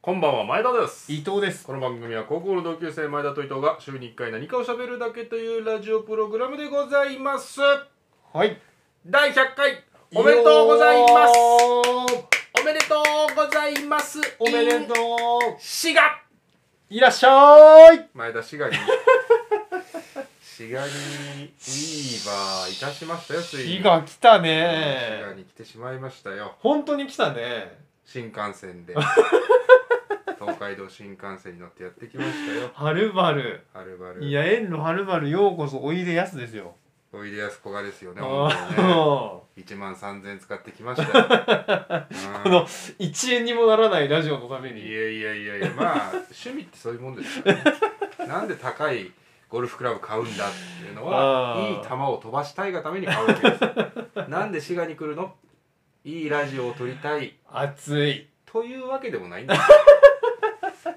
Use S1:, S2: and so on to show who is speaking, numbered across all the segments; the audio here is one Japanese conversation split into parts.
S1: こんばんは前田です
S2: 伊藤です
S1: この番組は高校の同級生前田と伊藤が週に1回何かを喋るだけというラジオプログラムでございます
S2: はい
S1: 第100回おめでとうございます
S2: よ
S1: おめでとうございます
S2: ーおめでとう
S1: 滋賀
S2: いらっしゃい
S1: 前田滋賀に滋賀にいいバーいたしましたよついに
S2: 日が来た
S1: 滋賀
S2: ね
S1: に来てしまいましたよ
S2: 本当に来たね
S1: 新幹線 で東海道新幹線に乗ってやってきましたよ
S2: はるばる
S1: はるばる
S2: いや園のはるばるようこそおいでやすですよ
S1: おいでやすこがですよね本当にね
S2: あ
S1: 1万3000円使ってきましたよ、
S2: あ
S1: う
S2: こ
S1: ん
S2: の1円にもならないラジオのため
S1: い
S2: に
S1: やいやいやいやまあ趣味ってそういうもんですからねなんで高いゴルフクラブ買うんだっていうの
S2: あ
S1: は
S2: ー
S1: いい球を飛ばしたいがために買うわけですよなんで滋賀に来るのいいラジオを撮りたい
S2: 熱い
S1: というわけでもないんですよ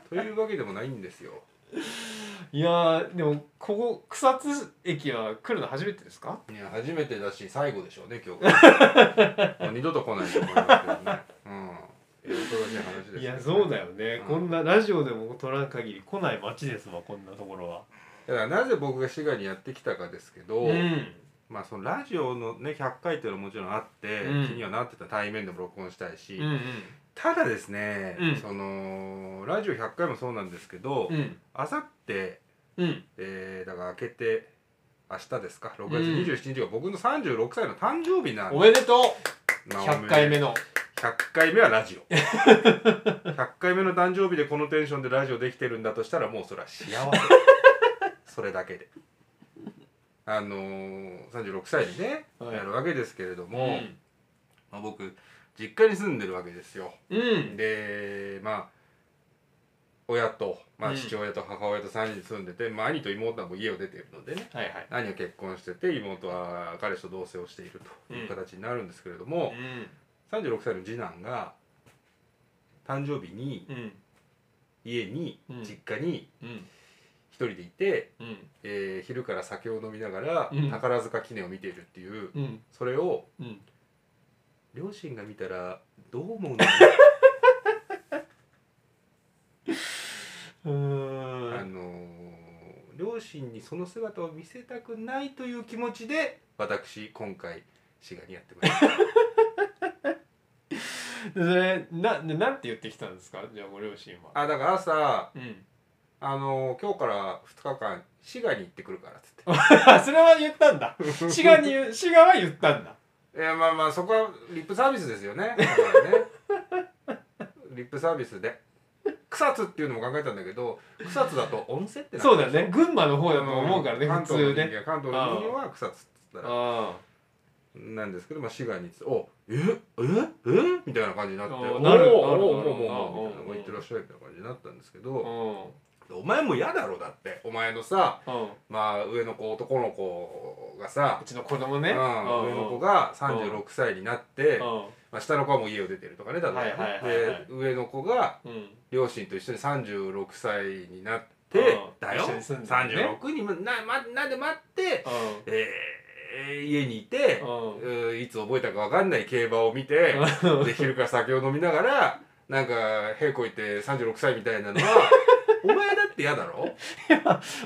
S1: というわけでもないんですよ
S2: いやーでもここ草津駅は来るの初めてですか
S1: いや初めてだし最後でしょうね今日 がもう二度と来ないと思いますけどねうんいや恐ろしい話ですけどね
S2: いやそうだよね、
S1: うん
S2: こんなラジオでも撮らん限り来ない街ですわこんなところは
S1: だからなぜ僕が滋賀にやってきたかですけど、
S2: うん
S1: まあそのラジオのね100回っていうのももちろんあって、
S2: うん
S1: 気にはなってた対面でも録音したいし、
S2: うんうん
S1: ただですね、
S2: うん
S1: そのラジオ100回もそうなんですけど
S2: うん
S1: あさって
S2: うん
S1: えーだから明けて明日ですか6
S2: うん
S1: 月27日が僕の36歳の誕生日なん
S2: お
S1: で、
S2: めでとう
S1: まあ
S2: 100回目の
S1: 100回目はラジオ100回目の誕生日でこのテンションでラジオできてるんだとしたらもうそれは幸せそれだけであのー、36歳にね、
S2: はい
S1: なるわけですけれども、
S2: うん
S1: まあ、僕実家に住んでるわけですよ
S2: うん
S1: でまあ親と、ま
S2: う
S1: あ、
S2: ん
S1: 父親と母親と3人で住んでて、まあ、兄と妹はもう家を出ているのでね
S2: はいはい
S1: 兄は結婚してて妹は彼氏と同棲をしているという形になるんですけれども、36歳の次男が誕生日に
S2: うんうん
S1: 家に
S2: うん
S1: 実家に
S2: うん
S1: 一人でいて、
S2: うん
S1: えー昼から酒を飲みながら
S2: うん
S1: 宝塚記念を見ているっていう
S2: うん
S1: それを
S2: うん
S1: 両親が見たらどう思うの
S2: うー
S1: あ
S2: ん
S1: のー両親にその姿を見せたくないという気持ちで私今回滋賀にやってまいりました
S2: でそれなでなんて言ってきたんですかじゃあご両親は
S1: あだから朝、
S2: うん
S1: あのー今日から2日間滋賀に行ってくるからっつって。
S2: それは言ったんだ滋賀に言う滋賀は言ったんだ
S1: いやまあまあそこはリップサービスですよ ねだからねリップサービスで草津っていうのも考えたんだけど草津だと温泉ってなっ
S2: そう
S1: ちゃ
S2: だよね群馬の方
S1: で
S2: だ
S1: しょ
S2: と思うからね
S1: あの
S2: 普
S1: 関
S2: 通ね
S1: 東の人間関東の人間は草津っつったら
S2: あ
S1: なんですけど、まあ、滋賀に行って「おえええみたいな感じになって「
S2: あ
S1: お
S2: ー
S1: お
S2: なる
S1: お
S2: なる
S1: おも
S2: なる
S1: うもうもう」みたいな「行
S2: なるうん
S1: ってらっしゃい」みたいな感じになったんですけ
S2: あう
S1: ど
S2: ん
S1: 「お前も嫌だろ」だってお前のさ
S2: うん
S1: まあ上の子男の子がさ
S2: う、ちの子供
S1: う
S2: ね
S1: ん、上の子が36歳になって、
S2: う
S1: まあ、下の子はもう家を出てるとかねだからね、
S2: はいはいはいは
S1: で
S2: い
S1: 上の子が
S2: んうん
S1: 両親と一緒に36歳になっ
S2: うん
S1: てだよ
S2: 一緒に住んでるね
S1: 36にもなまなんで待って、
S2: う
S1: えー家にいて、
S2: んうん
S1: うんいつ覚えたかわかんない競馬を見て、で昼から酒を飲みながらなんか平こいて36歳みたいなのは お前だって嫌だろ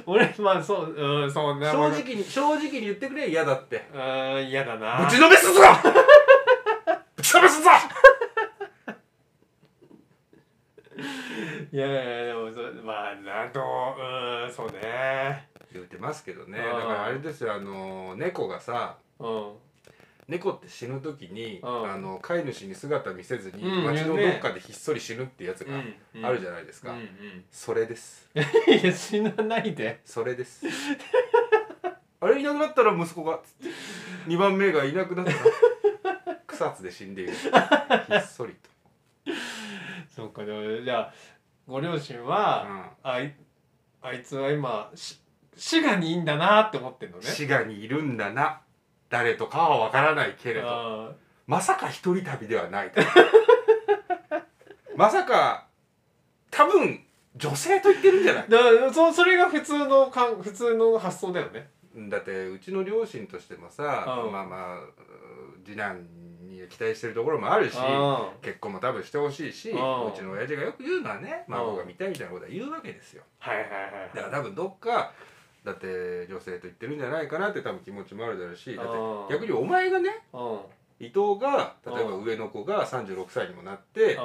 S2: 俺まあそううんそんな
S1: 正直に正直に言ってくれ嫌だって。
S2: 直うん嫌だな
S1: ぶちのめ すぞぶちのめすぞ
S2: いやいやいやでもそうまあなんとうんそうね
S1: 言うてますけどね
S2: あー
S1: だからあれですよあの猫がさ
S2: うん
S1: 猫って死ぬ時に
S2: うん
S1: あの飼い主に姿見せずに
S2: うん
S1: 街の
S2: い
S1: ど
S2: るね
S1: っかでひっそり死ぬってやつがあるじゃないですか、
S2: うんうん
S1: それです
S2: いや死なないで
S1: それです あれいなくなったら息子が2番目がいなくなったら 草津で死んでいるひっそりと、
S2: そうかでもじゃあご両親
S1: う
S2: は、
S1: ん
S2: あいあいつは今し滋賀にいいんだなって思ってんのね
S1: 滋賀にいるんだな誰とかはわからないけれど
S2: あ
S1: まさか一人旅ではない まさか多分女性と言ってるんじゃない
S2: ーだからそそれが普通のかん普通の発想だよね
S1: だってうちの両親としてもさ、
S2: うん
S1: まあまあ次男にに期待してるところもあるし
S2: あ
S1: 結婚も多分してほしいし
S2: うん
S1: うちの親父がよく言うのはね
S2: うん
S1: 孫が見たいみたいなことは言うわけですよ
S2: はいはいはい
S1: だから多分どっかだって女性と言ってるんじゃないかなって多分気持ちもあるだろうしだって
S2: うん
S1: 逆にお前がね
S2: うん
S1: 伊藤が例えば
S2: うん
S1: 上の子が36歳にもなって、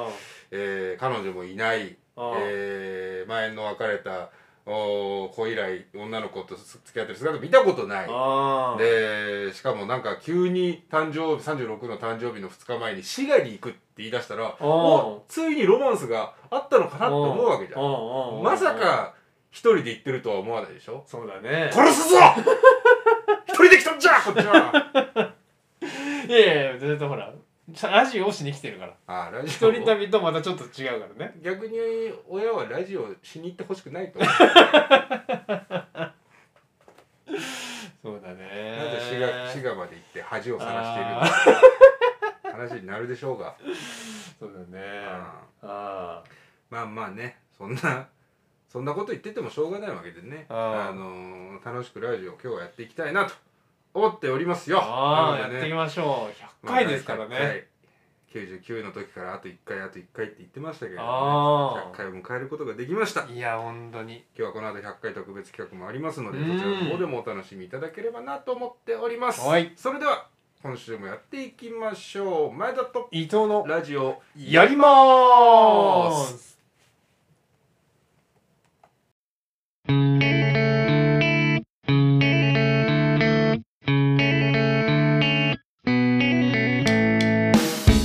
S1: えー彼女もいない、
S2: うんうん
S1: えー前の別れたおー子以来女の子と付き合ってる姿見たことない
S2: あー
S1: でしかもなんか急に誕生日36の誕生日の2日前に滋賀に行くって言い出したら
S2: うん
S1: おついにロマンスがあったのかなって思うわけじゃ
S2: うんんうん
S1: まさか一人で行ってるとは思わないでしょ
S2: そうだね
S1: 殺すぞ 一人で来たんじゃこっち はい
S2: やいやずっとほらラジオをしに来てるから
S1: あーラジオ
S2: 一人旅とまたちょっと違うからね
S1: 逆に親はラジオしに行ってほしくないと思う
S2: そうだね
S1: なぜ滋賀滋賀まで行って恥をさらしているの
S2: あ
S1: か話になるでしょうが、
S2: そうだね
S1: うん
S2: あ
S1: まあまあねそんなそんなこと言っててもしょうがないわけでね
S2: あー
S1: のー楽しくラジオ今日はやっていきたいなと思っておりますよ
S2: あ
S1: なの
S2: ーや
S1: で
S2: っ
S1: ね
S2: ていきましょう100回ですから
S1: まあ
S2: ね
S1: 第100回99の時からあと1回あと1回って言ってましたけれども、ね、
S2: あ
S1: 100回を迎えることができました
S2: あいや本当に
S1: 今日はこの後100回特別企画もありますので
S2: う
S1: そ
S2: ん
S1: ちらの方でもお楽しみいただければなと思っております
S2: はい
S1: それでは今週もやっていきましょう前田と
S2: 伊藤の
S1: ラジオ
S2: やりまーす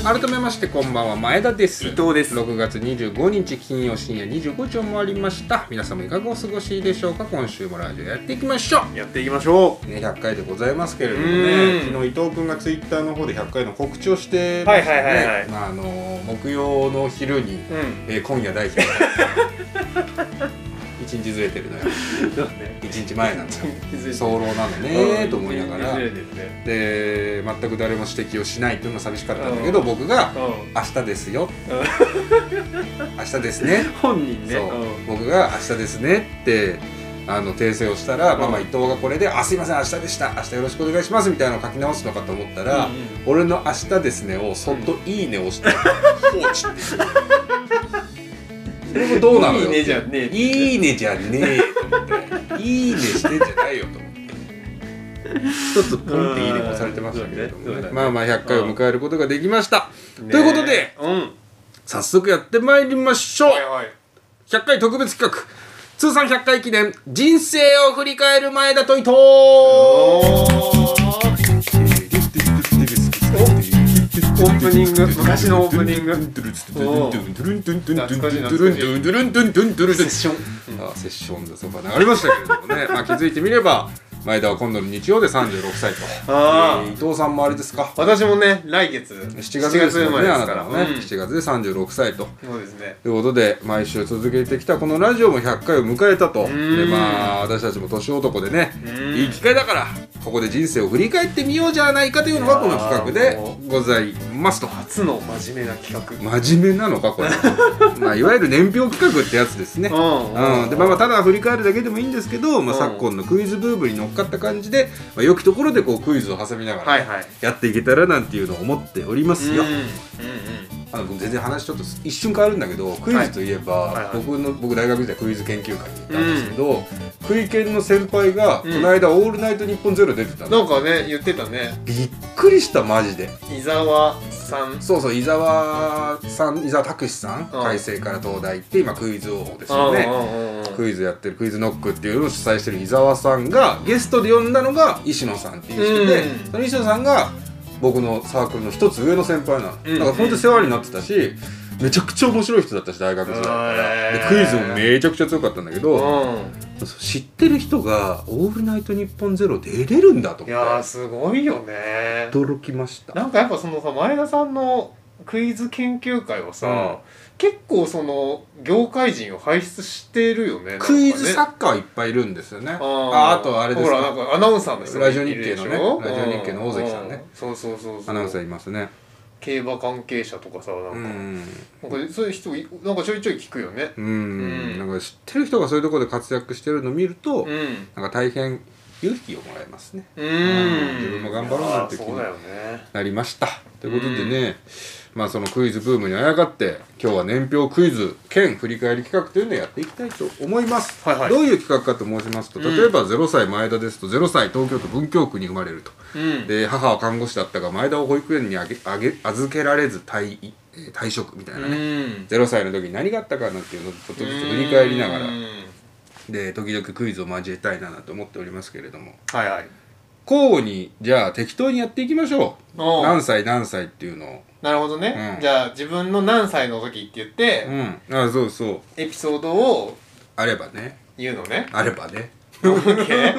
S1: 改めましてこんばんは前田です
S3: 伊藤です。
S1: 6月25日金曜深夜25時を回りました皆様いかがお過ごしでしょうか今週もラジオやっていきましょ
S3: やっていきましょ
S1: うね100回でございますけれども
S2: う
S1: ね
S2: ん
S1: 昨日伊藤君がツイッターの方で100回の告知をしてま
S2: はい
S1: したね、
S2: はいはいはい
S1: まああの木曜の昼に、
S2: う
S1: えー今夜第100回 一日ずれてるのよ
S2: んそうね
S1: 一日前なんだよ
S2: 気づいて
S1: 早漏なのねーと思いながら
S2: 気づいてるね
S1: で全く誰も指摘をしないというのは寂しかったんだけど僕が
S2: う
S1: 「
S2: ん
S1: 明日ですよ」「明日ですね」
S2: 本人ね
S1: そううん僕が「明日ですね」ってあの訂正をしたら、
S2: うん
S1: ママ伊藤がこれで「あすいません明日でした明日よろしくお願いします」みたいなのを書き直すのかと思ったら、
S2: うんうん
S1: 俺の「明日ですね」をそっと「いいね」をして、放置っていう それもどうなのよ
S2: いいねじゃねえって
S1: いいねじゃねえと思って「いいね」してんじゃないよと思って。一つポンっていいねもされてましたけれども、
S2: うんそう
S1: ね
S2: だね
S1: まあまあ100回を迎えることができました、
S2: ね
S1: ということで
S2: うん
S1: 早速やってまいりましょう、
S2: はいはい
S1: 100回特別企画通算100回記念人生を振り返る前田と伊藤
S2: おーオープニング昔のオープニングおセッション
S1: あセッションでそば流れましたけれどもね、まあ、気づいてみれば前田は今度の日曜で36歳と、
S2: あ
S1: え
S2: ー
S1: ー伊藤さんもあれですか
S2: 私もね来月7
S1: 7月です
S2: 生
S1: も
S2: ま
S1: んね
S2: れで
S1: あ
S2: す
S1: な
S2: か
S1: た
S2: ら
S1: もね、
S2: うん
S1: 7月で36歳と
S2: そうですね
S1: ということで毎週続けてきたこのラジオも100回を迎えたと
S2: ん
S1: でまあ私たちも年男でね
S2: うん
S1: いい機会だからここで人生を振り返ってみようじゃないかというのがこの企画でございますと
S2: 初の真面目な企画
S1: 真面目なのかこ れまあいわゆる年表企画ってやつですね
S2: うん
S1: うん、でまあまあただ振り返るだけでもいいんですけど、まあ、
S2: うん
S1: 昨今のクイズブームに乗っかった感じで、まあ、良きところでこうクイズを挟みなが
S2: は
S1: ら
S2: いはい
S1: やっていけたらなんていうのを思っておりますよ、
S2: うんうんうん
S1: あの全然話ちょっと一瞬変わるんだけどクイズといえば、
S2: いはい
S1: 僕の僕大学時代クイズ研究会にいたんですけど、クイケンの先輩がこの間「オールナイトニッポンゼロ出てたの、
S2: なんかね言ってたね
S1: びっくりしたマジで
S2: 伊沢さん
S1: そうそう伊沢さん伊沢拓司さん
S2: うん
S1: 海星から東大行って今クイズ王です
S2: うん
S1: よ
S2: うん
S1: ね
S2: うんうん
S1: クイズやってるクイズノックっていうのを主催してる伊沢さんがゲストで呼んだのが石野さんっていう人で、
S2: うん
S1: その石野さんが僕のサークルの一つ上の先輩なの、
S2: うん
S1: だから本当に世話になってたしめちゃくちゃ面白い人だったし大学時代だから
S2: へー
S1: でクイズもめちゃくちゃ強かったんだけど
S2: う
S1: 知ってる人が「オールナイトニッポンゼロ出れるんだと
S2: んい
S1: 思
S2: やー
S1: って
S2: すごいよね
S1: 驚きました
S2: なんかやっぱそのさ前田さんのクイズ研究会はさ、
S1: うん
S2: 結構その業界人を輩出してるよねなんか
S1: ク
S2: ね
S1: イズ作家はいっぱいいるんですよね。ああ
S2: あー
S1: とあれです
S2: ほらなん
S1: か。
S2: かアナウンサーの人
S1: ラジオ日経のね
S2: いるでしょ
S1: ラジオ日経の大関さんね
S2: ううそうそうそうそう
S1: アナウンサーいますね。
S2: 競馬関係者とかさなんか,、
S1: う
S2: なん
S1: ん。
S2: かそういう人いなんかちょいちょい聞くよね
S1: う
S2: うん
S1: ん。なんか知ってる人がそういうところで活躍してるのを見ると、
S2: うん
S1: なんか大変勇気をもらえますね
S2: う
S1: うん自分も頑張ろうなんて気に
S2: そうだよね
S1: なりましたということでね、まあそのクイズブームにあやかって今日は年表クイズ兼振り返り企画というのをやっていきたいと思います、
S2: はいはい
S1: どういう企画かと申しますと
S2: うん
S1: 例えば0歳前田ですと0歳東京都文京区に生まれると、
S2: うん
S1: で母は看護師だったが前田を保育園にあげあげ預けられず退えー退職みたいなね、
S2: ん
S1: 0歳の時に何があったかなっていうのをちょっとずつ振り返りながら
S2: うん
S1: で時々クイズを交えたいなと思っておりますけれども
S2: はいはい
S1: 交互にじゃあ適当にやっていきましょう
S2: おう
S1: 何歳何歳っていうのを
S2: なるほどね、
S1: うん
S2: じゃあ自分の何歳の時って言って、
S1: うんあそうそう
S2: エピソードを
S1: あればね
S2: 言うのね
S1: あればね
S2: OK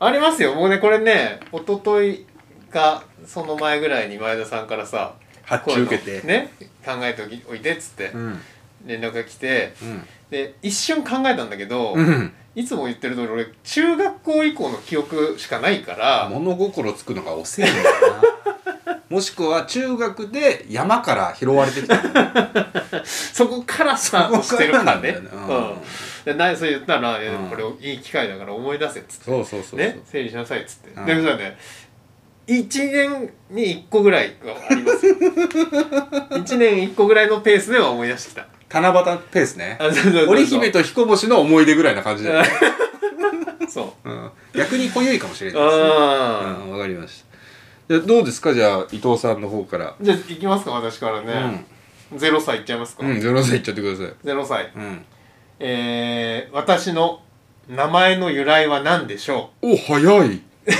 S2: ありますよもうねこれね一昨日かその前ぐらいに前田さんからさ
S1: 発
S2: こうい
S1: 注
S2: うの
S1: 受けて、
S2: ね考えておきおいでっつって
S1: うん
S2: 連絡が来て
S1: うん
S2: で一瞬考えたんだけど、
S1: うん
S2: いつも言ってる通り俺中学校以降の記憶しかないから
S1: 物心つくのが遅いんだよな もしくは中学で山から拾われてきたんだよ
S2: そこからスタート してるか
S1: な
S2: ら
S1: んだ
S2: ね
S1: よねうん
S2: うんでなそれ言ったら、いや
S1: うん
S2: これをいい機会だから思い出せっつって
S1: そうそうそうそう
S2: ね整理しなさいっつって、
S1: うん
S2: でもさね1年に1個ぐらいはありま すよ1年1個ぐらいのペースでは思い出してきた
S1: 七夕ペースね
S2: あそうそうそうそう
S1: 織姫と彦星の思い出ぐらいな感じだよね、
S2: そ
S1: うん、逆に濃ゆいかもしれ
S2: う
S1: ないですね
S2: あ
S1: うんわかりましたでどうですかじゃあ伊藤さんの方から
S2: ーじゃあいきますか私からね、ゼロ0歳いっちゃいますか、
S1: うん、うん、ゼロ歳いっちゃってください
S2: ゼロ0歳
S1: うん
S2: えー、私の名前の由来は何でしょ
S1: お早い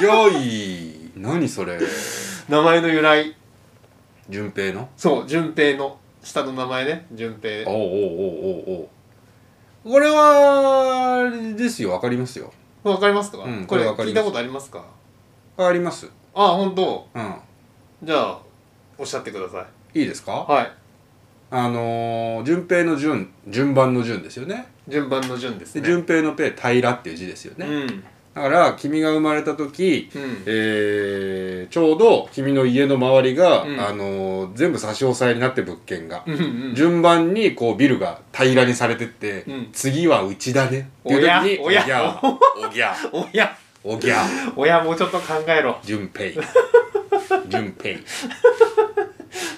S1: 早い何それ
S2: う名前の由来
S1: 順平の
S2: そう順平の下の名前ね順
S1: お
S2: 平
S1: うおうおうおうおうこれはあれですよわかりますよ
S2: わかりますか、
S1: うん
S2: これ
S1: これわかり
S2: 聞
S1: ます
S2: いたことありますか
S1: わかります
S2: あ本当
S1: うん
S2: じゃあおっしゃってください
S1: いいですか
S2: はい
S1: あのー、順平の順順番の順ですよね
S2: 順番の順です
S1: で
S2: ね
S1: 順平のペ平っていう字ですよね、
S2: うん
S1: だから君が生まれた時
S2: うん
S1: えーちょうど君の家の周りが、
S2: うん
S1: あのー全部差し押さえになって物件が、
S2: うんうん
S1: 順番にこうビルが平らにされてって、
S2: うん
S1: 次はうちだねっていう時に
S2: おや
S1: おぎゃおぎゃ
S2: 親
S1: おぎゃ
S2: 親もうちょっと考えろ
S1: 順 平順平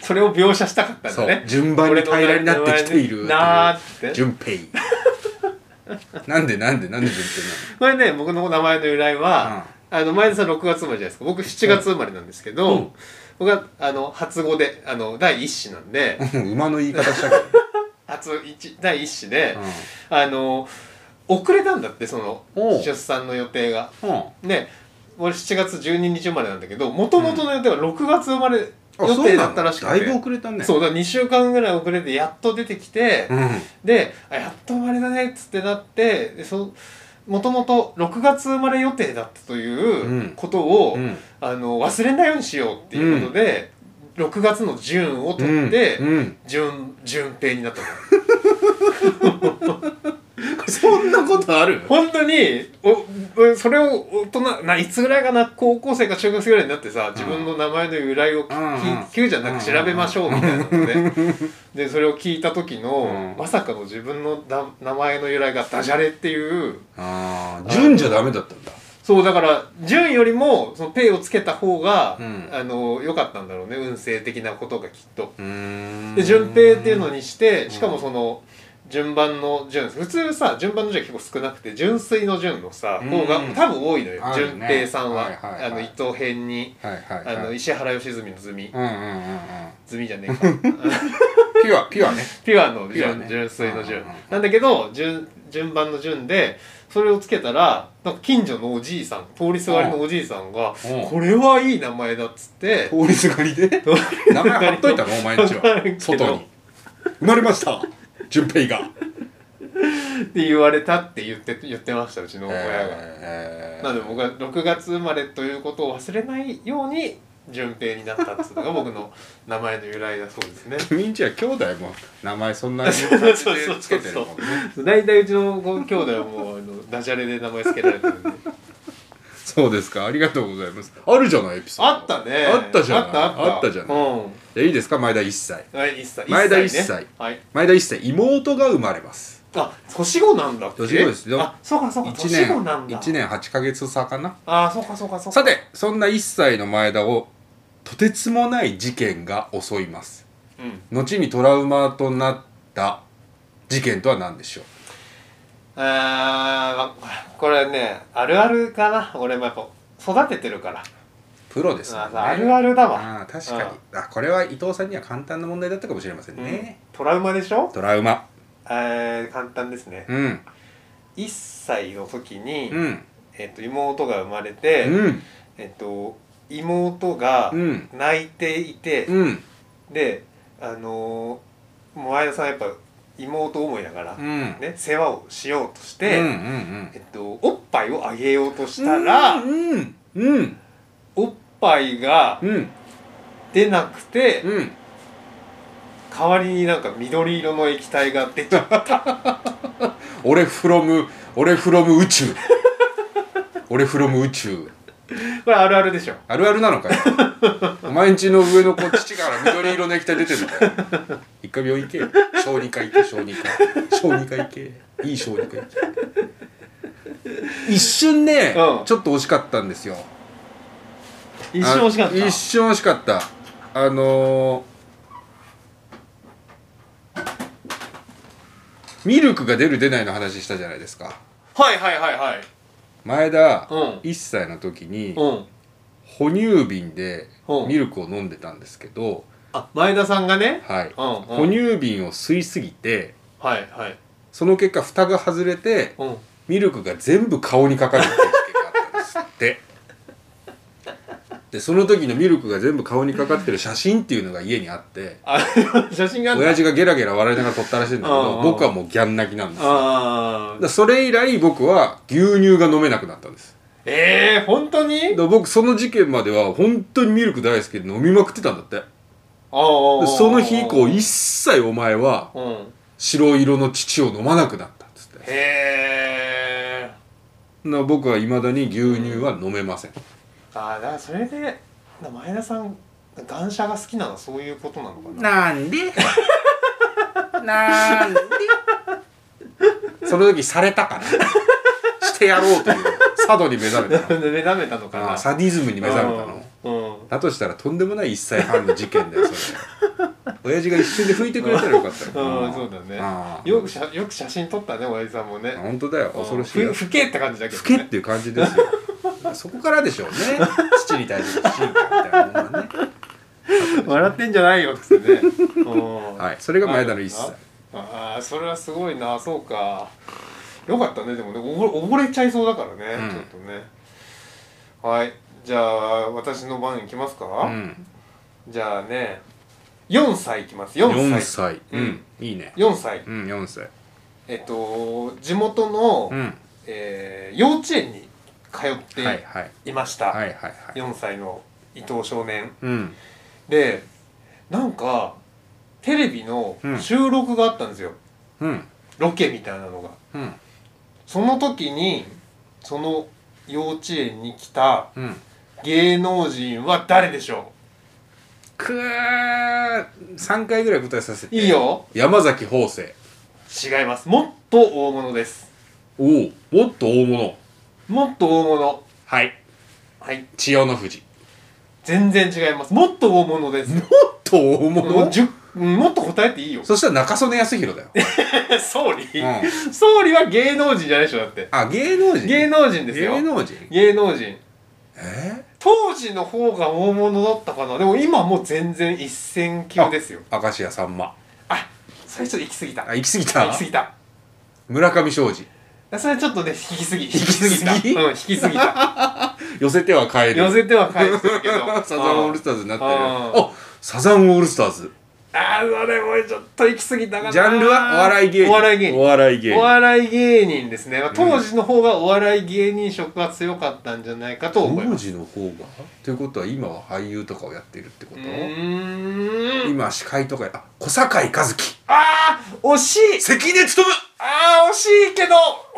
S2: それを描写したかったん
S1: そ
S2: だ
S1: う、
S2: ね
S1: 順番に平らになってきている
S2: 俺の名前ねなーって
S1: 順 平なんでなんでなんで順平
S2: これね僕の名前の由来
S1: なの
S2: は、あの前田さん6月生まれじゃないですか僕7月生まれなんですけど、
S1: うん
S2: 僕はあの初語であの第一子なんで
S1: うん馬の 言い方したけど、
S2: 初一第一子で
S1: うん、
S2: あの遅れたんだってその
S1: おう
S2: 出産 の予定が
S1: うん
S2: ね俺7月12日生まれなんだけどもともとの予定は6月生まれ
S1: あ
S2: 予定だったらしくて、
S1: そうなのだいぶ遅れたね
S2: そうだから2週間ぐらい遅れてやっと出てきて、
S1: うん、
S2: であやっと生まれだねっつってなってでそもともと6月生まれ予定だったと
S1: う
S2: い
S1: ん
S2: うことを、
S1: うん
S2: あの忘れないようにしようっていうことで、6月の順を取って、
S1: うんうん
S2: 順順平になったの
S1: そんなことある
S2: 本当におおそれを大人ないつぐらいかな高校生か中学生ぐらいになってさ自分の名前の由来をき
S1: うんうん
S2: 聞き聞くじゃなく調べましょうみたいなのででそれを聞いた時
S1: うん
S2: のまさかの自分のだ名前の由来がダジャレっていう
S1: ああ順じゃダメだったんだ
S2: そうだから順よりもそのペイをつけた方が、
S1: うん
S2: あの良かったんだろうね運勢的なことがきっと。
S1: うーん
S2: で順平っていうのにして
S1: ん
S2: しかもその順番の順普通さ順番の順は結構少なくて純粋の順のさ
S1: うん
S2: 方が多分多いのよ
S1: ある
S2: 順
S1: ね
S2: 平さんは
S1: はいはいはい
S2: あの伊藤編に
S1: はいはいは
S2: あ
S1: い
S2: の石原良純の積み
S1: うんうんうんうん
S2: 積みじゃねえ か
S1: ピュアピュアね
S2: ピュアの
S1: ピュアね
S2: 順純粋の順
S1: うんうんうん
S2: なんだけど順順番の順でそれをつけたらなんか近所のおじいさん通りすがりのおじいさんが「
S1: うん
S2: これはいい名前だ」っつって
S1: 通りすがりで
S2: 通り
S1: 名前貼っといたのお前んち
S2: わかん
S1: は
S2: ないけど
S1: 外に生まれました順平が
S2: って言われたって言って言ってましたうちの親が。
S1: えー。
S2: なので僕は6月生まれということを忘れないように順平になったっていうのが僕の名前の由来だそうですね
S1: 君んちは兄弟も名前そんなに
S2: そうそうそう
S1: つけてるもんね
S2: 大体うちのご兄弟はもうあのダジャレで名前つけられてるんで
S1: そうですかありがとうございますあるじゃないエピソード
S2: あったね
S1: あったじゃない
S2: あったあった
S1: あったじゃない
S2: うん
S1: じゃあいいですか前田1歳
S2: はい一歳
S1: 前田
S2: 一歳ね
S1: 一歳
S2: はい
S1: 前田1歳妹が生まれます
S2: あ年子なんだっけ
S1: 年子ですよ
S2: あそうかそうか
S1: 1
S2: 年子なん
S1: 年
S2: だ
S1: 1年8ヶ月差かな
S2: ああそうかそうかそうか
S1: さてそんな1歳の前田をとてつもない事件が襲います
S2: うん
S1: 後にトラウマとなった事件とは何でしょう
S2: あーまこれねあるあるかな俺もやっぱ育ててるから
S1: プロですもんね
S2: ああるあるだわ、
S1: ああ確かにあこれは伊藤さんには簡単な問題だったかもしれませんね、
S2: うんトラウマでしょ
S1: トラウマ
S2: えー簡単ですね
S1: うん
S2: 1歳の時に、
S1: うん
S2: えっと妹が生まれて、
S1: うん
S2: えっと妹が
S1: うん
S2: 泣いていて、
S1: うん
S2: であのー、もう前田さんやっぱ妹思いだから、
S1: うん
S2: ね世話をしようとし
S1: うんう
S2: て、
S1: ん
S2: えっと、おっぱいをあげようとし
S1: うん
S2: たら、
S1: うんうん
S2: おっぱいが
S1: うん
S2: 出なくて、
S1: うん
S2: 代わりになんか緑色の液体が出ちゃった
S1: 俺フロム俺フロム宇宙俺フロム宇宙
S2: これあるあるでしょ
S1: あるあるな のかよお前んちの上の子父から緑色の液体出てるんだよ一回病院行けよ小児科行け小児科小児科行けいい小児科行け一瞬ね、
S2: うん
S1: ちょっと惜しかったんですよ
S2: 一瞬惜しかった
S1: あ一瞬惜しかったあのーミルクが出る出ないの話したじゃないですか
S2: はいはいはいはい
S1: 前田、
S2: うん
S1: 1歳の時に
S2: うん
S1: 哺乳瓶で
S2: うん
S1: ミルクを飲んでたんですけど、
S2: あ前田さんがね
S1: はい、
S2: うんう
S1: 哺
S2: ん
S1: 乳瓶を吸いすぎて
S2: はいはい
S1: その結果蓋が外れて
S2: うん
S1: ミルクが全部顔にかかるっていう事件があったんですってでその時のミルクが全部顔にかかってる写真っていうのが家にあって
S2: あ 写真があった
S1: 親父がゲラゲラ笑いながら撮ったらしいんだけ
S2: うん
S1: ど
S2: うん
S1: 僕はもうギャン泣きなんですよだか
S2: ああ
S1: らそれ以来僕は牛乳が飲めなくなったんです
S2: ええー、本当に
S1: だから僕その事件までは本当にミルク大好きで飲みまくってたんだってでそ
S2: そ
S1: の日以降一切お前は
S2: うん
S1: 白色の乳を飲まなくなったっつって
S2: へえ
S1: な僕はいまだに牛乳は飲めません、
S2: ああだからそれでだ前田さん感車が好きなのはそういうことなのかな
S1: なんでなんでその時されたからしてやろうという佐渡に目覚めたの
S2: で目覚めたのか
S1: あ
S2: な
S1: ーサディズムに目覚めたの
S2: うんうん
S1: だとしたらとんでもない1歳半の事件だよそれ親父が一瞬で拭いてくれたらよかったのかな
S2: うんそうだね
S1: あー
S2: よくしゃよく写真撮ったね親父さんもね
S1: 本当だよ恐ろしいよ
S2: ふふけって感じだけど
S1: 老けっ
S2: ね
S1: ていう感じ ですよそこからでしょうね父に対する進化みたいなものがね
S2: 笑ってんじゃないよっつってねうん
S1: はいそれが前田の一歳
S2: ああそれはすごいなそうかよかったねでもね溺溺れちゃいそうだからね、
S1: うん
S2: ちょっとねはいじゃあ私の番いきますか、
S1: うん
S2: じゃあね4歳いきます4
S1: 4
S2: 歳
S1: 歳
S2: う
S1: うんんいいね
S2: 4歳
S1: うん4歳
S2: えっと地元の、
S1: うん
S2: えー幼稚園に通っ
S1: はい
S2: て
S1: はい
S2: いました、
S1: はいはいはい
S2: 4歳の伊藤少年
S1: うん
S2: でなんかテレビの
S1: うん
S2: 収録があったんですよ、
S1: うん
S2: ロケみたいなのが
S1: うん
S2: その時にその幼稚園に来た
S1: うん
S2: 芸能人は誰でしょ
S1: くー3回ぐらい答えさせ
S2: う
S1: て
S2: いいよ
S1: 山崎邦生
S2: 違いますもっと大物です
S1: おおもっと大物
S2: もっと大物
S1: はい
S2: はい
S1: 千代の富士
S2: 全然違います もっと大物です
S1: も
S2: よ
S1: っと大
S2: もう
S1: 物
S2: じゅうんもっと答えてい いよ
S1: そしたら中曽根康弘 だよ、
S2: 総理、
S1: うん、
S2: 総理は芸能人じゃないでしょだって
S1: あ芸能人
S2: 芸能人ですよ
S1: 芸能人
S2: 芸能人
S1: え
S2: 当時の方が大物だったかなでも今もう全然一線級ですよ
S1: ー、明石家さんま
S2: あそれちょっと行き過ぎた
S1: あ行き過ぎた
S2: 行き過ぎた
S1: 村上昌司
S2: それちょっとね引きすぎ引
S1: き過ぎ
S2: うん引きすぎた
S1: 寄せては帰る
S2: 寄せては返してるけど
S1: サザンオールスターズになってる
S2: あ
S1: あサザンオールスターズ
S2: ああそれもちょっと行き過ぎたかな
S1: ジャンルはお笑い芸人
S2: お笑い芸
S1: お
S2: 人
S1: 笑い芸
S2: お
S1: 人
S2: 笑い芸人ですね、まあ当時の方がお笑い芸人色が強かったんじゃないかと思い
S1: 当
S2: ます
S1: 時の方がということは今は俳優とかをやっているってこ
S2: う
S1: と
S2: ーん
S1: 今司会とかやあ小堺一機
S2: ああ惜しい
S1: 関根勤
S2: ああ惜しいけど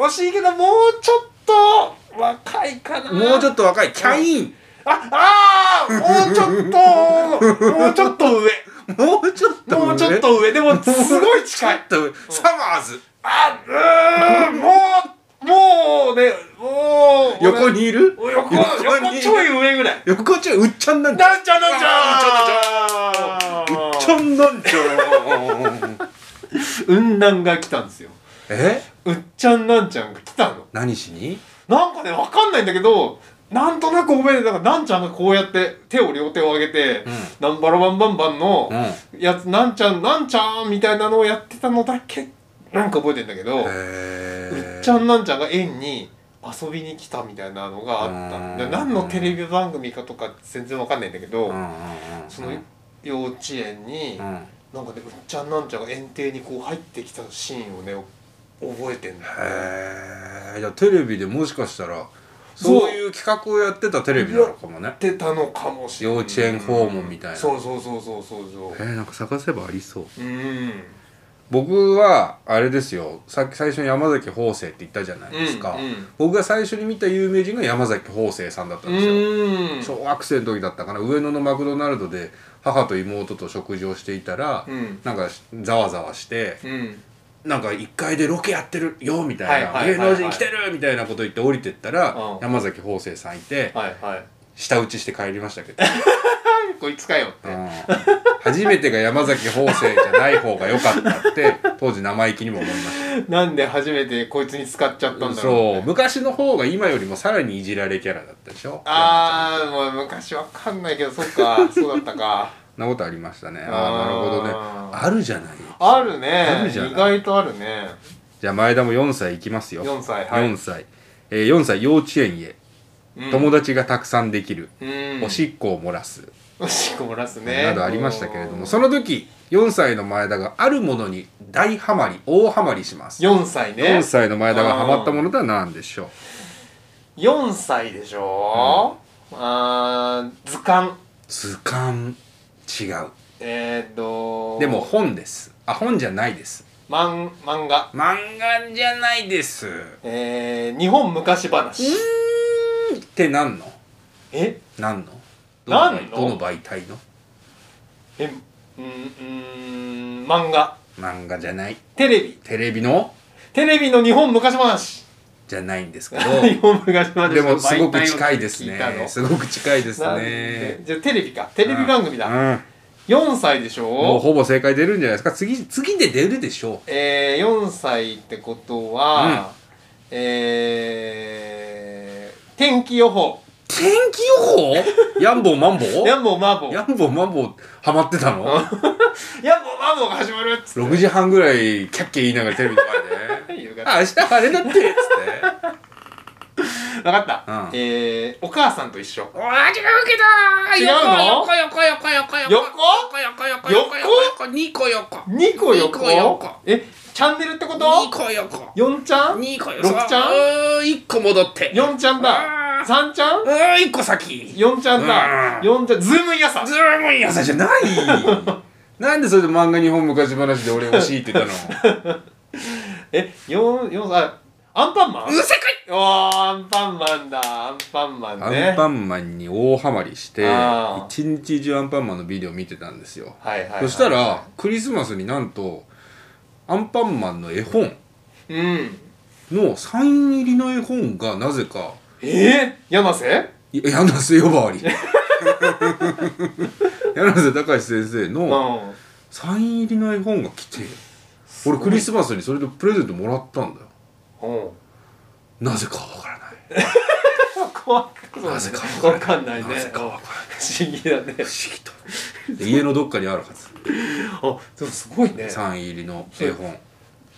S2: 惜しいけどもうちょっと若いかな
S1: もうちょっ
S2: っと
S1: と若いキャイン
S2: ああーもうちょっともうちょっと上
S1: もうちょっと上
S2: もうちょっと上でもすごい近い
S1: ちょっと上サマーズ
S2: あうーんもうもうねもう
S1: 横にいる
S2: お横
S1: 横に
S2: 横ちょい上ぐらい
S1: 横ちょいうっちゃんなんじゃ
S2: なんちゃなんち
S1: うっ
S2: ゃ
S1: ちゃんなんじゃ
S2: うんなんが来たんですよ
S1: え
S2: うっちゃんなんちゃんが来たの
S1: 何しに
S2: なんかねわかんないんだけどなんとなく覚えてなんかなんちゃんがこうやって手を両手を上げて、なんばらバンバンバンの
S1: うんへ
S2: やつ、なんちゃんなんちゃんみたいなのをやってたのだけなんか覚えてんだけど、う
S1: え
S2: っちゃんなんちゃんが園に遊びに来たみたいなのがあった
S1: うん
S2: で何のテレビ番組かとか全然わかんないんだけど、
S1: うんうんうん
S2: その幼稚園に、
S1: うんへ
S2: なんかねうっちゃんなんちゃんが園庭にこう入ってきたシーンをね覚えてんだ
S1: えじゃあテレビでもしかしたらそういう企画をやってたテレビなのかもね
S2: ってたのかもしれない
S1: 幼稚園訪問みたいな
S2: そうそうそうそうそうそ
S1: えー、なんか探せばありそう
S2: ううん
S1: 僕はあれですよさっき最初に山崎邦生って言ったじゃないですか、
S2: うんうん
S1: 僕が最初に見た有名人が山崎邦生さんだったん
S2: う
S1: ですよ、
S2: ん
S1: 小学生の時だったかな上野のマクドナルドで母と妹と食事をしていたら、
S2: うん
S1: なんかざわざわして、
S2: うん
S1: なんか1階でロケやってるよみたいな、
S2: はいはいはいはい
S1: 芸能人来てるみたいなこと言って降りてったら、
S2: うん
S1: 山崎邦生さんいて
S2: はいはい
S1: 舌打ちして帰りましたけど、
S2: こいつかよって
S1: うん初めてが山崎邦生じゃない方が良かったって当時生意気にも思いました
S2: なんで初めてこいつに使っちゃったんだろうって
S1: そう昔の方が今よりもさらにいじられキャラだったでしょ
S2: ああもう昔わかんないけどそっ かそうだったか
S1: そんなことありましたねあ
S2: あー
S1: あなるほどねあるじゃない
S2: あるね
S1: あるじゃない
S2: 意外とあるね
S1: じゃあ前田も4歳いきますよ
S2: 4歳はい
S1: 4歳、えー、4歳幼稚園へ、友達がたくさんできる、
S2: うん
S1: おしっこを漏らす、
S2: おしっこ漏らすね
S1: などありましたけれどもそ
S2: の
S1: の時4歳の前田があるものに大ハマり大ハマりします
S2: 4歳ね
S1: 4歳の前田がハマったものとは何でしょう
S2: 4歳でしょ、あー図鑑
S1: 図鑑違う
S2: えー、っと
S1: でも本ですあ本じゃないです
S2: 漫漫画
S1: 漫画じゃないです
S2: えー、日本昔話
S1: ってなんの
S2: え
S1: なんの
S2: なんの
S1: どの媒体の
S2: えうんうん漫画
S1: 漫画じゃない
S2: テレビ
S1: テレビの
S2: テレビの日本昔話
S1: じゃないんですけ
S2: 日
S1: ど
S2: 本昔話の
S1: でもすごく
S2: 媒体を
S1: 近いです
S2: 聞たの
S1: ねすごく近いです
S2: なんで
S1: ね
S2: じゃあテレビかテレビ番組だ、
S1: うん
S2: 4歳でし
S1: もう
S2: ょ
S1: ほぼ正解出るんじゃないですか次次で出るでしょ
S2: えー、4歳ってことは、えー、天気予報
S1: う天気 予報ヤンボーマンボ
S2: ヤ
S1: ウ
S2: ンボーマーボー
S1: ヤンボーマンボウハマってたの
S2: ヤンボーマーボーが始まるっつっ
S1: 6時半ぐらいキャッキャ言いながらテレビの前で
S2: て
S1: 「
S2: 夕方
S1: あ明日晴れだって」っつって。
S2: 分かった、
S1: うん
S2: えー、お母さんと一緒
S3: おー違うけど
S2: 違うの
S3: 横横横
S2: 横
S3: 横横横横横
S2: 横
S3: 横横二個横
S2: 2個横
S3: 二個横
S2: えチャンネルってこ
S3: 二
S2: と
S3: 個横
S2: 4ちゃん
S3: 二個横
S2: 六ちゃん
S3: うーん一個戻って
S2: 4ちゃんだ
S3: あー
S2: 3ちゃん
S3: うーん一個先
S2: 4ちゃんだ
S1: うん
S2: 4ちゃんズームイヤさん
S3: ずーむんや
S1: 朝じゃないなんでそれで漫画日本昔話で俺欲しいって言ったの
S2: え四四あアンパンマン
S3: うせかい
S2: おーアンパンマンだアンパンマンね
S1: アンパンマンに大ハマりして
S2: あー
S1: 一日中アンパンマンのビデオ見てたんですよ、
S2: はいはいはい、
S1: そしたらクリスマスになんとアンパンマンの絵本
S2: うん
S1: のサイン入りの絵本がなぜか
S2: えー、柳瀬
S1: い や柳瀬呼ばわ り柳瀬隆先生
S2: う
S1: の
S2: ん
S1: サイン入りの絵本が来て
S2: ごい
S1: 俺クリスマスにそれでプレゼントもらったんだよ
S2: うん
S1: なぜかわからない
S2: 怖く
S1: なぜか
S2: わかんないね
S1: なぜかわからない
S2: 不思議だね
S1: 不思議と家のどっかにあるはず
S2: あでもすご いね
S1: サイン入りの絵本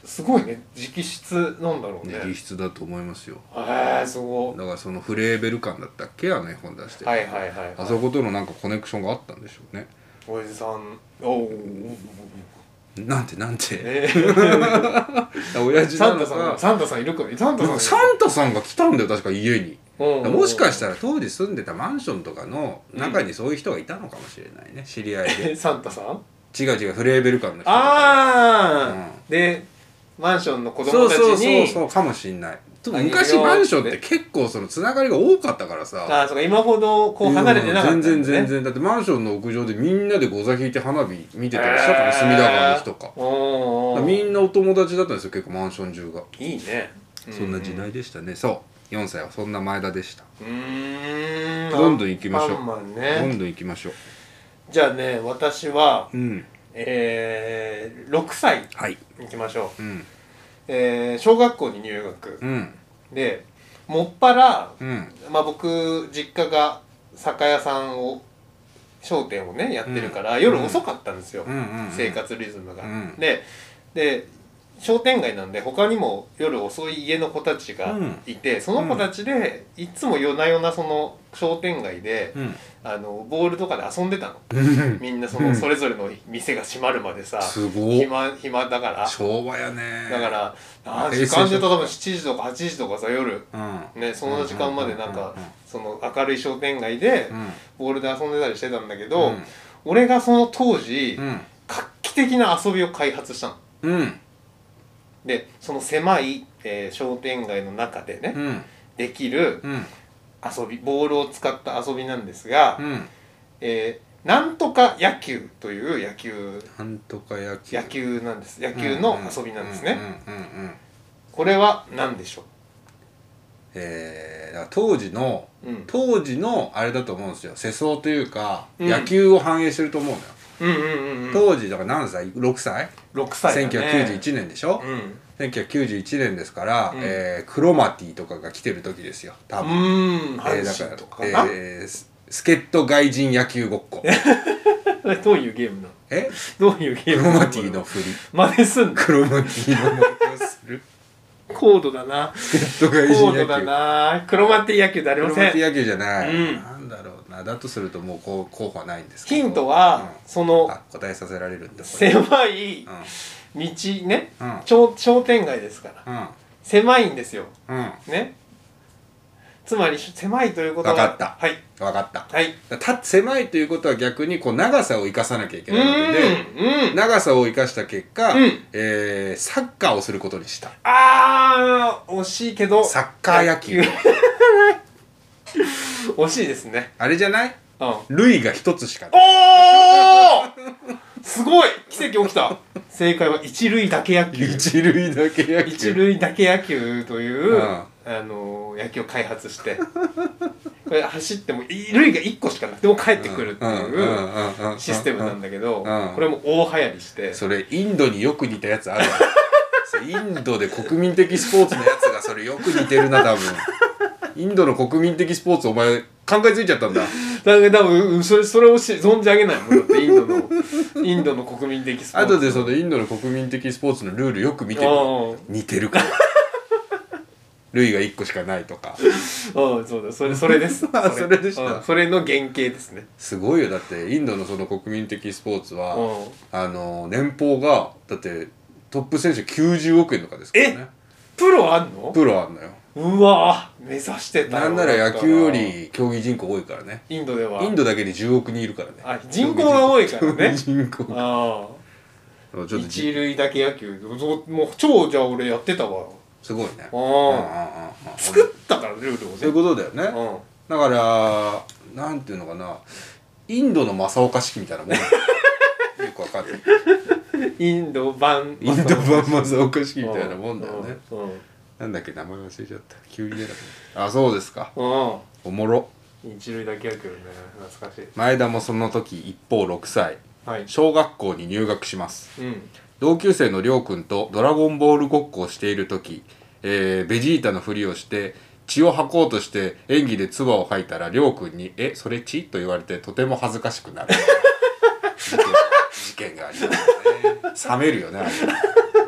S2: すごいね直筆なんだろうね
S1: 実質だと思いますよ
S2: えー、すご
S1: だからそのフレーベル感だったっけあの絵本出し
S2: い
S1: て、
S2: はいはいはい
S1: あそことのなんかコネクションがあったんでしょうね
S2: おじさんお ー
S1: なんてなん て
S2: えー、
S1: 親父
S2: サ
S1: な
S2: ン
S1: の
S2: タさん
S1: か
S2: サンタさんいるかサンタ
S1: なんかサ
S2: さん
S1: ンタさんが来たんだよ確か家に
S2: うんうんうん
S1: もしかしたら当時住んでたマンションとかの中にそういう人がいたのかもしれないね知り合いで
S2: えサンタさん
S1: 違う違うフレーベル感の人
S2: ああ、
S1: う
S2: でマンションの子
S1: そ
S2: 供
S1: う
S2: たち
S1: そうそう
S2: に
S1: そうかもしんない
S2: 特に
S1: 昔マンションって結構そのつながりが多かったから
S2: あ
S1: さ
S2: あそうか今ほどこう離れてなかったんだね、
S1: 全然全然だってマンションの屋上でみんなでゴザ引いて花火見てたりしたから、隅田川の人か
S2: おーおー
S1: みんなお友達だったんですよ結構マンション中が
S2: いいね
S4: そんな時代でしたねそう4歳はそんな前田でした
S2: うーん
S1: どんどん行きましょう
S2: アンパンマン
S1: ど
S2: ね
S1: んどん行きましょう
S2: じゃあね私は
S1: うん
S2: えー、6歳
S1: はい
S2: 行きましょう、
S1: うん
S2: えー、小学校に入学
S1: うん
S2: でもっぱら
S1: うん
S2: まあ、僕実家が酒屋さんを商店をねやってるから、夜遅かったんですよ、
S1: うんうんうん
S2: 生活リズムが。
S1: うん
S2: でで商店街なんで他にも夜遅い家の子たちがいて、その子たちでいつも夜な夜なその商店街で、
S1: うん
S2: あのボールとかで遊んでたの
S1: うん
S2: みんなそうの
S1: ん
S2: それぞれの店が閉まるまでさ、
S1: すごい
S2: 暇暇だから
S1: 昭和やね
S2: だからあー
S1: え
S2: 時間で言うと多分7時とか8時とかさ夜
S1: うん
S2: ね、その時間までなん
S1: うんうん
S2: か
S1: うんうん
S2: その明るい商店街で
S1: うん
S2: ボールで遊んでたりしてたんだけ
S1: う
S2: ど、
S1: ん
S2: 俺がその当時
S1: うん
S2: 画期的な遊びを開発したの。
S1: うん
S2: でその狭い、えー商店街の中でね、
S1: うん
S2: できる
S1: うん
S2: 遊びボールを使った遊びなんですが、
S1: うん
S2: えーなんとか野球という野球
S1: なんとか野球
S2: 野球なんです野球の遊びなんですね、
S1: うんうんうんうんうん
S2: これは何でしょ
S1: えーだから当時の
S2: う、うん、
S1: 当時のあれだと思うんですよ世相というか、
S2: うん
S1: 野球を反映してると思うのよ、
S2: うんうんうんうん
S1: 当時だから何歳6歳、
S2: 6歳だね
S1: 1991年でしょ、
S2: うん
S1: 1991年ですから、
S2: うん
S1: えークロマティとかが来てる時ですよ多分、
S2: うーん
S1: えーだか
S2: 阪神
S1: ら
S2: とかな、
S1: えース助っ人外人野球ごっこ
S2: どういうゲームなの
S1: え
S2: どういうゲ
S1: ク
S2: ー
S1: ロ
S2: ムな
S1: マティの振り
S2: 真似すんの
S1: クロマティの真似をする
S2: 高度だな
S1: 助っ人外人
S2: 高
S1: 野
S2: 度
S1: 球
S2: だなクロマティ野球であり
S1: ク
S2: ま
S1: ロ
S2: せ
S1: マテ
S2: ん
S1: ィ野球じゃない、
S2: うん
S1: なんだろうなだとするともうこう候補はないんですけ
S2: ヒ
S1: ど
S2: ントは、そ
S1: うん
S2: の
S1: あ答えさせられるんだこれ
S2: 狭い道ね
S1: うんうん
S2: 商商店街ですから
S1: うん
S2: 狭いんですよ
S1: うん
S2: ねつまり狭いということは
S1: わかった
S2: はい
S1: 分かった
S2: はい
S1: た狭いということは逆にこう長さを生かさなきゃいけ
S2: う
S1: ないわけで
S2: んうん
S1: 長さを生かした結果、
S2: うん
S1: えーサッカーをすることにした
S2: あー惜しいけど
S1: サッカー野球
S2: 野惜しいですね
S1: あれじゃない
S2: うん
S1: 類が一つしかない
S2: おーすごい奇跡起きた正解は一塁だけ野球
S1: 一塁だけ野球
S2: 一塁だけ野球という、
S1: うん
S2: あの野球を開発してこれ走っても一塁が1個しかなくても帰ってくるっていう
S1: い
S2: システムなんだけど、
S1: うん
S2: これも大流行りして、
S1: それインドによく似たやつある わそれインドで国民的スポーツのやつがそれよく似てるな多分インドの国民的スポーツお前考えついちゃ ったんだ
S2: だから多分それそれをし存じ上げないもんだってインドのインドの国民的スポーツ
S1: 後でそのインドの国民的スポーツのルールよく見てみ
S2: う
S1: 似てる から類が1個しかないとか
S2: んうんそうだそれそれです
S1: あそれでした
S2: うんそれの原型ですね
S1: すごいよだってインドのその国民的スポーツは、
S2: うん
S1: あの年俸がだってトップ選手90億円とかですからね
S2: プロあんの
S1: プロあんのよ
S2: うわぁ目指してたよ
S1: なんなら野球より競技人口多いからね
S2: インドでは
S1: インドだけで10億人いるからね
S2: あ人口が多いからね
S1: 競 技人口
S2: ああ
S1: ちょっと
S2: 一
S1: じ
S2: 塁だけ野球そうもう超じゃあ俺やってたわ
S1: すごいね
S2: あ
S1: うんうんうん
S2: あ
S1: うん
S2: 作ったからルールを
S1: そういう
S2: ね
S1: ことだよね
S2: う
S1: だ
S2: ん
S1: からなんていうのかなインドの正岡式みたいなもんよ くわかんない
S2: インド版
S1: インド版正岡式みたいなもんだよね
S2: うんうん
S1: なんだっけ名前忘れちゃった急に出なくなったあそうですか
S2: うん
S1: おもろ
S2: うん一塁だけ野球ね懐かしい
S1: 前田もその時一方6歳
S2: はい
S1: 小学校に入学します
S2: うん
S1: 同級生のりょうくんとドラゴンボールごっこをしている時、えーベジータのふりをして血を吐こうとして演技で唾を吐いたらりょうくんに「えそれ血?」と言われてとても恥ずかしくなる事件事件がありますね冷めるよねあれ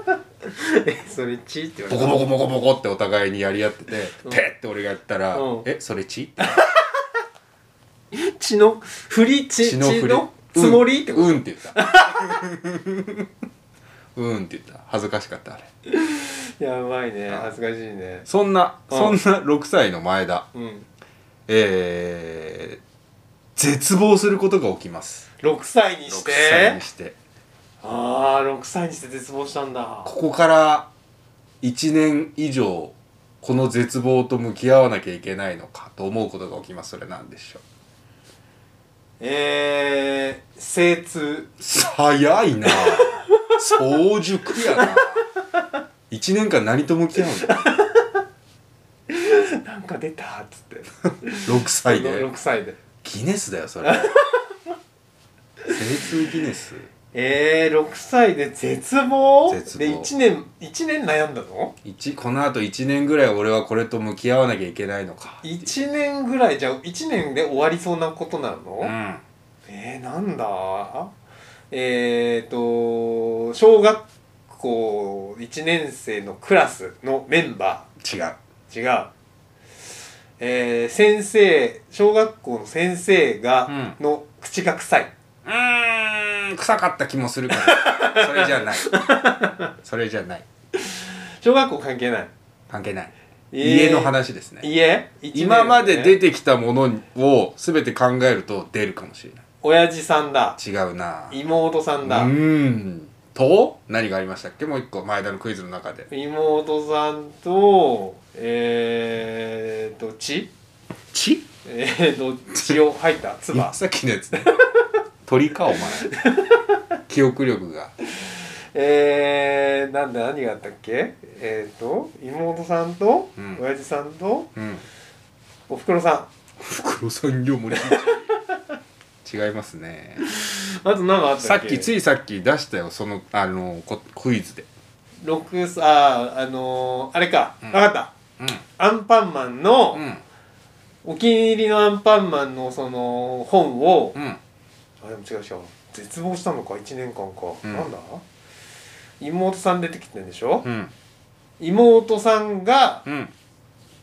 S2: えそれチーって
S1: ボ
S2: 言わ
S1: コ
S2: れ
S1: ボコボコボコってお互いにやり合ってて
S2: うん
S1: ペッて俺がやったら
S2: うん
S1: 「えそれ血?」って
S2: た血の振り血
S1: 血
S2: 血の
S1: の振り
S2: つもりってこと
S1: うんうんって言ったうんって言った恥ずかしかったあれ
S2: やばいね恥ずかしいね
S1: そんな
S2: うん
S1: そんな6歳の前田
S2: うん
S1: えー絶望することが起きます
S2: 6歳に
S1: 6
S2: して
S1: 歳にして
S2: ああ6歳にして絶望したんだ
S1: ここから1年以上この絶望と向き合わなきゃいけないのかと思うことが起きますそれなんでしょう
S2: えー、精通
S1: 早いな早熟やな1年間何と向き合う
S2: なんか出たーっつって
S1: の6歳で
S2: 6歳で
S1: ギネスだよそれ精通ギネス
S2: えー、6歳で絶望
S1: 絶望
S2: で1年1年悩んだの
S1: 一このあと1年ぐらい俺はこれと向き合わなきゃいけないのか
S2: 1年ぐらいじゃ1年で終わりそうなことなの、
S1: うん
S2: えー、なんだえっ、ー、と小学校1年生のクラスのメンバ
S1: 違う
S2: ー違うえー、先生小学校の先生が、の口が臭いう
S1: ーん臭かった気もする からそれじゃないそれじゃない
S2: 小学校関係ない
S1: 関係ない、
S2: えー
S1: 家の話ですね
S2: 家一年
S1: 今まで出
S2: ね
S1: てきたものを全て考えると出るかもしれない
S2: 親父さんだ
S1: 違うな
S2: 妹さんだ、
S1: うーんと何がありましたっけもう一個前田のクイズの中で
S2: 妹さんとえー、と血
S1: 「ち」
S2: えー、と血を吐いた唾
S1: 今さっきのやつね鳥かお 前記憶力が
S2: えー、なんだ何があったっけえー、と妹さんと、
S1: うん
S2: 親父さんと
S1: うん
S2: おふくろさ
S1: 袋産業も 違いますね
S2: んあと何があったっけ
S1: さっきついさっき出したよそのあのこクイズで
S2: 六すあーあのー、あれか、
S1: うん
S2: わかった
S1: う
S2: アンパンマンの、
S1: んうん
S2: お気に入りのアンパンマンのその本を、
S1: うん
S2: あでも違う違う絶望したのか1年間か、
S1: うん
S2: なんだ妹さん出てきてんでしょ、
S1: うん
S2: 妹さんが
S1: うん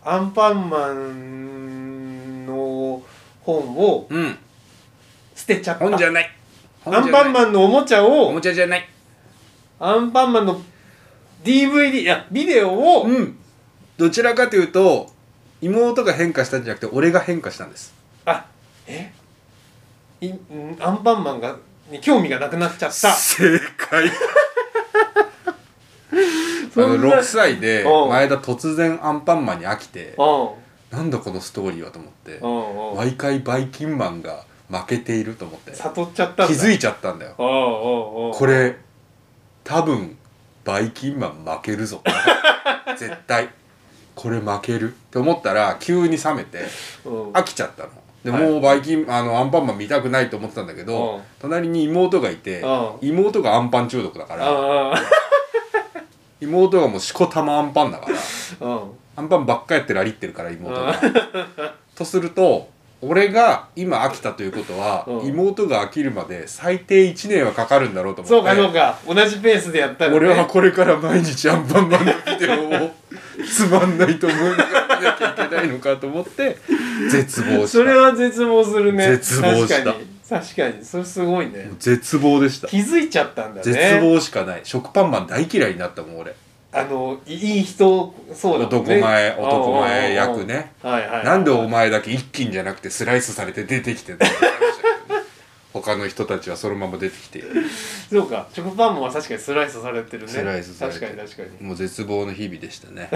S2: アンパンマンの本を
S1: うん
S2: 捨てちゃった
S1: 本じゃない
S2: アンパン
S1: ン
S2: マンのおもちゃ
S1: お
S2: を
S1: もちゃじゃない
S2: アンパンマンの DVD いやビデオを、
S1: うんどちらかというと妹が変化したんじゃなくて俺が変化したんです
S2: あえいんアンパンマンがに興味がなくなっちゃった
S1: 正解あの
S2: そんな
S1: 6歳で
S2: うん
S1: 前田突然アンパンマンに飽きて
S2: うん
S1: なんだこのストーリーはと思って
S2: うんうん
S1: 毎回バイキンマンが負けていると思って
S2: 悟っちゃったんだ
S1: 気づ
S2: い
S1: いちゃったんだよ
S2: おうおうおう
S1: これ多分バイキンマン負けるぞ 絶対これ負けるって思ったら急に冷めて
S2: うん
S1: 飽きちゃったので
S2: はい
S1: もうバイキンあのアンパンマン見たくないと思ってたんだけ
S2: う
S1: ど
S2: ん
S1: 隣に妹がいて
S2: う
S1: 妹がアンパン中毒だから妹がもうしこたまアンパンだ から
S2: うんうん
S1: アンパンばっかやってラリってるから妹が。とすると俺が今飽きたということは、
S2: うん
S1: 妹が飽きるまで最低1年はかかるんだろうと思って
S2: そうかそうか同じペースでやったらね
S1: 俺はこれから毎日アンパンマンのビデオをつまんないと思いながら見なきゃいけないのかと思って絶望し
S2: それ
S1: た
S2: は絶望するね
S1: 絶望した
S2: 確かに確かにそれすごいね
S1: 絶望でした
S2: 気づいちゃったんだね
S1: 絶望しかない食パンマン大嫌いになったもん俺
S2: あのいいい人そうだもん
S1: 男
S2: ね
S1: 前男前
S2: うんうんうん
S1: 役ね
S2: はいはいはい
S1: なんでお前だけ一斤じゃなくてスライスされて出てきてん だって話だけどね他の人たちはそのまま出てきている
S2: そうか食パンも確かにスライスされてるね
S1: スライスされて
S2: 確かに確かに
S1: もう絶望の日々でした ね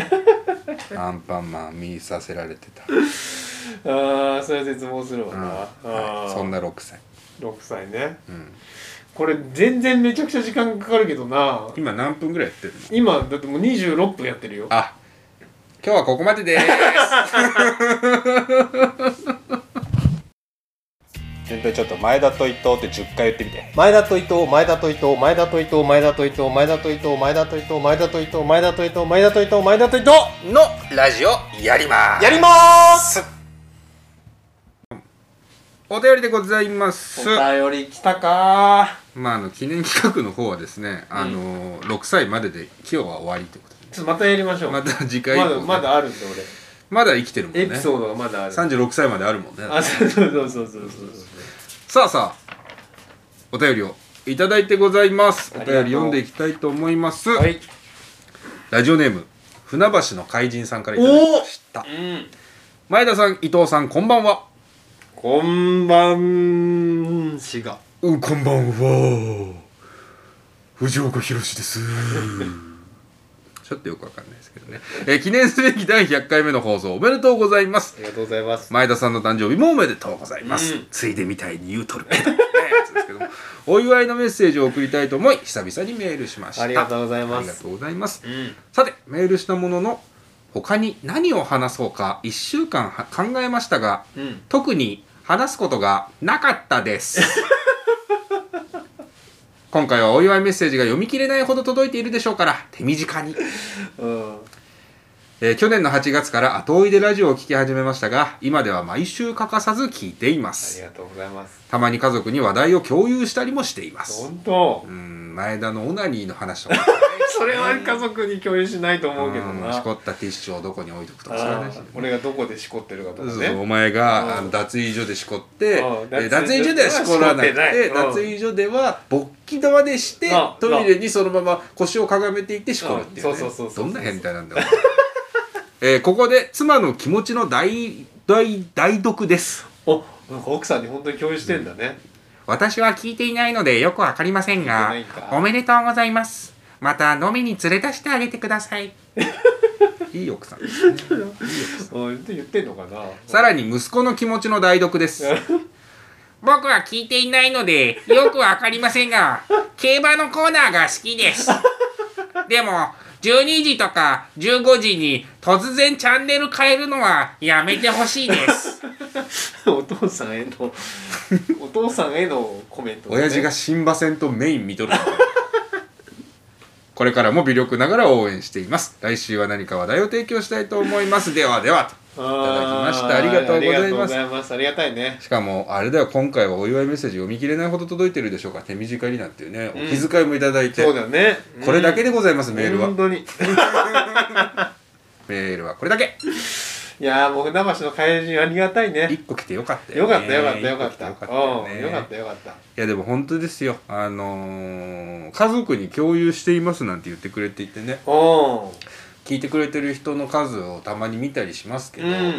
S1: アンパンマン見させられてた、
S2: ああそれは絶望するわ
S1: うん
S2: な、あ
S1: はい、
S2: ー
S1: そんな6歳、
S2: 6歳ね
S1: うん、
S2: これ全然めちゃくちゃ時間かかるけどな
S1: 今何分ぐらいやってるの
S2: 今だってもう26分やってるよ
S1: あ今日はここまでです全体ちょっと前田と伊藤って10回言ってみて
S2: 前田と伊藤前田と伊藤前田と伊藤前田と伊藤前田と伊藤前田と伊藤前田と伊藤前田と伊藤前田と伊藤前田と伊藤
S1: のラジオやります
S2: やります
S1: お便りでございます
S2: お便り来たか
S1: まああの記念企画の方はですね、あの6歳までで今日は終わりってこと
S2: ちょっとまたやりまし
S1: で
S2: ょう
S1: ま
S2: ま
S1: た次回以降ね、
S2: だまだあるんで
S1: まだ生きてるもん
S2: 俺
S1: ね
S2: エピソードがまだある
S1: 36歳まであるもんね
S2: あそうそうそうそうそう
S1: さあさあお便りをいただいてございますお
S2: あり
S1: 便
S2: がとう
S1: り読んでいきたいと思います、
S2: そうはい
S1: ラジオネーム船橋の怪人さんからいただきました
S2: うん
S1: 前田さん伊藤さんこんばんは
S2: こんばんしが
S1: うんこんばんは藤岡弘ですちょっとよくわかんないですけどね、えー記念すべき第100回目の放送おめでとうございます
S2: ありがとうございます。
S1: 前田さんの誕生日もおめでとうございます、
S2: うん
S1: ついでみたいに言うとるみたいなねやつですけどもお祝いのメッセージを送りたいと思い久々にメールしました
S2: ありがとうござい
S1: あ
S2: ま
S1: りが
S2: す。
S1: とうございます
S2: うん。
S1: さてメールしたものの他に何を話そうか1週間は考えましたが
S2: うん。
S1: 特に話すことがなかったです 今回はお祝いメッセージが読み切れないほど届いているでしょうから手短に
S2: うん。
S1: えー去年の8月から後追いでラジオを聞き始めましたが今では毎週欠かさず聞いていま
S2: あり
S1: す
S2: がとうございます。
S1: たまに家族に話題を共有したりもしています
S2: 本当
S1: う。ん前田のオナニーの話とか
S2: それは家族に共有しないと 思うけど
S1: うん
S2: な。
S1: しこったティッシュをどこに置いとくとかそういう
S2: あ
S1: 話
S2: ー俺がどこでしこってるかと
S1: そ
S2: か
S1: うそう
S2: ね。
S1: お前
S2: うん
S1: があの脱衣所でしこって、え
S2: うん
S1: ー脱衣所ではしこらなくて
S2: しこってないうん
S1: 脱衣所では勃起玉でして
S2: うん
S1: トイレにそのまま腰をかがめていってしこるっていう,、
S2: うん
S1: ね
S2: そうそうそうそう
S1: どんな変態なんだよ、お前 えーここで妻の気持ちの大大大読です
S2: お、なんか奥さんに本当に共有してんだね。
S1: 私は聞いていないのでよくわかりませんが
S2: 聞いてないか
S1: おめでとうございますまた飲みに連れ出してあげてくだ さいいい奥さんですね
S2: うん。って言ってんのかな。
S1: さらに息子の気持ちの代読 です。僕は聞いていないのでよくわかりません が、競馬のコーナーが好きです。でも、12時とか15時に突然チャンネル変えるのはやめてほしい です。
S2: お父さん へのお父さんへのコメント、
S1: 新馬戦とメイン見とる。これからも微力ながら応援しています。来週は何か話題を提供したいと思います。ではではと。
S2: いた
S1: だきましたありがとうございます
S2: ありがとうございますありがたいね
S1: しかもあれだよ今回はお祝いメッセージ読み切れないほど届いてるでしょうか手短になっていうね、
S2: うん
S1: お気遣いもいただいて
S2: そうだね
S1: これだけで
S2: ご
S1: ございます、メールは
S2: 本当に
S1: メールはこれだけ
S2: いやーもう船橋の怪人ありがたいね
S1: 1個来てよかった
S2: よ
S1: ね
S2: かったよかったよかっ
S1: 一個来て
S2: た
S1: よかった
S2: う
S1: よ
S2: ん
S1: ね
S2: よかったよかった
S1: いやでも本当ですよあのー家族に共有していますなんて言ってくれていてね
S2: お
S1: 聞いてくれてる人の数をたまに見たりしますけ
S2: う
S1: ど、
S2: んうん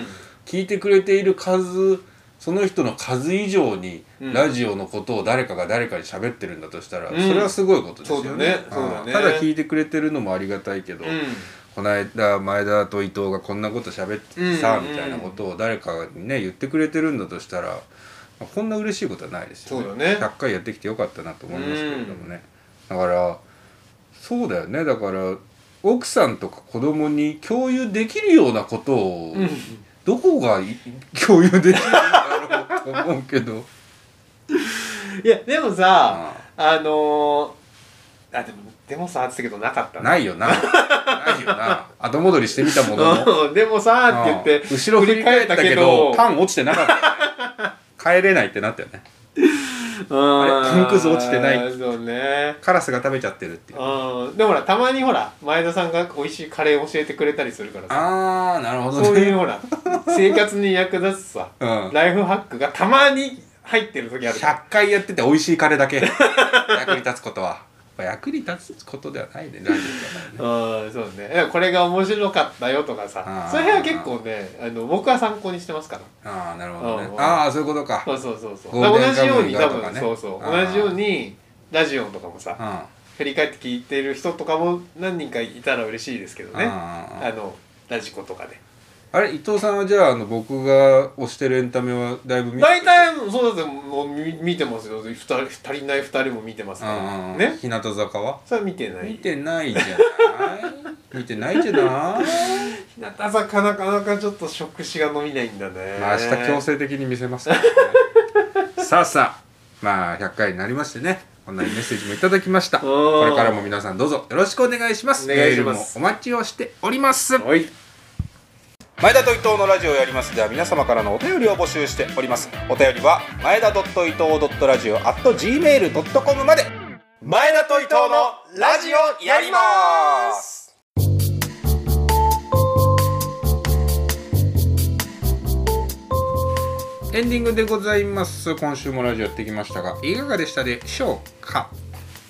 S1: 聞いてくれている数その人の数以上に
S2: うん
S1: ラジオのことを誰かが誰かに喋ってるんだとしたら、
S2: うん
S1: それはすごいことですよね,
S2: そ
S1: あ
S2: うだ
S1: ー、
S2: ねそうだね
S1: ただ聞いてくれてるのもありがたいけど、この間前田と伊藤がこんなこと喋ってさ、
S2: うんうんうん
S1: みたいなことを誰かにね言ってくれてるんだとしたら、まあこんな嬉しいことはないですよね
S2: そうだね
S1: 100回やってきてよかったなと思いますけれどもね、だからそうだよねだから奥さんとか子供に共有できるようなことを、
S2: うん
S1: どこがい共有できるんだろうと思うけど
S2: いやでもさ
S1: あ
S2: あのーあでもでもさーって言ったけどなかっ た
S1: あないいよなないよな後戻りしてみたも のの
S2: でもさーって言っ
S1: う
S2: て
S1: ん後ろ振り返ったけど
S2: 振り返った
S1: パン落ちてなかったよね帰れないってなったよね
S2: けど
S1: あれパンくず落ちてない
S2: うんそうね
S1: カラスが食べちゃってるっていう
S2: うんでもほらたまにほら前田さんが美味しいカレー教えてくれたりするからさ
S1: ああなるほどね
S2: そういうほら生活に役立つさ
S1: うん、100
S2: ライフハックがたまに入ってる時あるから
S1: 回やってて美味しいカレーだけ 役に立つことはまあ役に立つことではないねラジオじゃないね
S2: うんそうねでもこれが面白かったよとか
S1: あ
S2: さ
S1: ー
S2: その辺は結構ねあの僕は参考にしてますから
S1: ああなるほどね
S2: うんうん
S1: ああそういうことか、う
S2: そ
S1: ん、
S2: うそうそうそう
S1: ゴールデ
S2: 同
S1: ンカムイ
S2: じように
S1: が
S2: 多
S1: とか
S2: 分
S1: ね
S2: そうそう
S1: あー
S2: 同じようにラジオとかもさ
S1: あ
S2: 振り返って聞いてる人とかも何人かいたら嬉しいですけどね
S1: あ
S2: あのラジコとかで
S1: あれ伊藤さんはじゃああの僕が推してるエンタメはだいぶ見
S2: 大体そうだってもう見見てますよ二人足りない二人も見てますか
S1: あ
S2: ら
S1: あ、
S2: ね
S1: 日向坂は
S2: それは見てない
S1: 見
S2: 日
S1: てないじゃない見てないじゃない
S2: 向坂なかなかちょっと食事が飲みないんだね
S1: まあ明日強制的に見せますから ねさあさあまあ100回になりましてねこんなにメッセージもいただきました
S2: ん
S1: これからも皆さんどうぞよろしくお願いします
S2: お願いします
S1: メールもお待ちをしております
S2: はい
S1: 前田と伊藤のラジオをやりますでは皆様からのお便りを募集しておりますお便りは前田伊藤ラジオ at gmail.com まで
S2: 前田と伊藤のラジオやります
S1: エンディングでございます今週もラジオやってきましたがいかがでしたでしょうか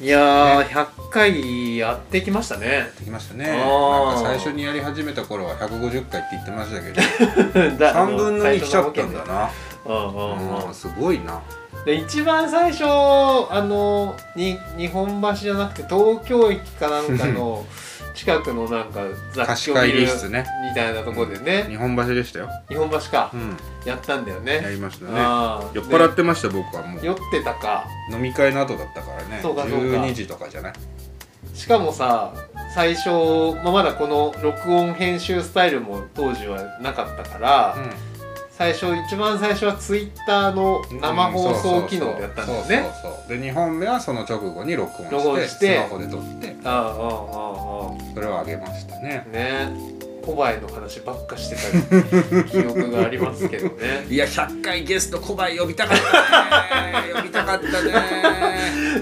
S2: いやー100回やってきましたね
S1: できましたね
S2: あ
S1: なん
S2: ー
S1: か最初にやり始めた頃は150回って言ってましたけど
S2: だ
S1: 3分の2来ちゃったんだな、
S2: う
S1: う
S2: んう
S1: ん
S2: うん
S1: ん、すごいな
S2: で一番最初 あのに日本橋じゃなくて東京駅かなんかの近くのなんか雑
S1: 貸
S2: 居
S1: し会
S2: ビル
S1: 議室ね
S2: みたいなところでね、
S1: 日本橋でしたよ
S2: 日本橋か、
S1: うん
S2: やったんだよ
S1: や
S2: ね
S1: りましたね
S2: ああ
S1: 酔っ払ってました僕はもう
S2: で酔ってたか
S1: 飲み会の後だったからね
S2: そうかそうか
S1: 12時とかじゃない
S2: しかもさ最初、まあ、まだこの録音編集スタイルも当時はなかったから、最初一番最初はツイッターの
S1: うん
S2: 生放送機能でやったんだよね、
S1: そうそうそうそうで2本目はその直後に録音
S2: 録
S1: し
S2: 音
S1: て
S2: して
S1: スマホで撮って
S2: あああああ
S1: それをあげましたね
S2: あねコバエの話ばっか してた記憶がありますけどね
S1: いや100回ゲスト小林呼びたかったね呼びたかったね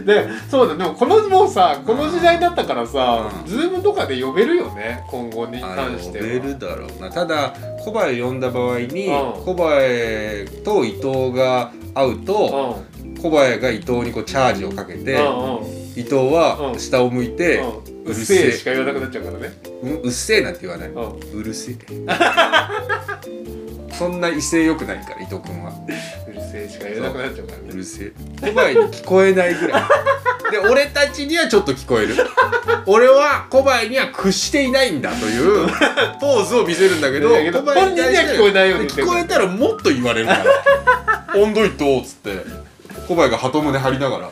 S2: でそうだでもこのもうさこの時代だったからさ、
S1: うん
S2: ズームとかで呼べるよね今後に
S1: あ
S2: 関
S1: の
S2: して
S1: 出
S2: は
S1: るだろうなただ小林呼んだ場合に、
S2: うん
S1: 小林と伊藤が会うと、
S2: う
S1: 小林が伊藤にこうチャージをかけて、
S2: んうんうん
S1: 伊藤は
S2: うん
S1: 下を向いて
S2: うん
S1: う
S2: う
S1: る
S2: っ
S1: せ
S2: せ
S1: え
S2: えしか言わなくなっちゃうからね
S1: 「うんうっせえ」なんて言わない、
S2: うん
S1: うるせえそんな威勢よくないから伊藤君は
S2: うるせえしか言えなくなっちゃうから
S1: う
S2: ね
S1: るせえ小林に聞こえないぐらいで俺たちにはちょっと聞こえる俺は小林には屈していないんだというポーズを見せるんだけど
S2: だけど
S1: 小林に対して
S2: 本人には聞こえないように
S1: 聞こえたらもっと言われるから「温度いと」っつって小林が鳩胸張りながら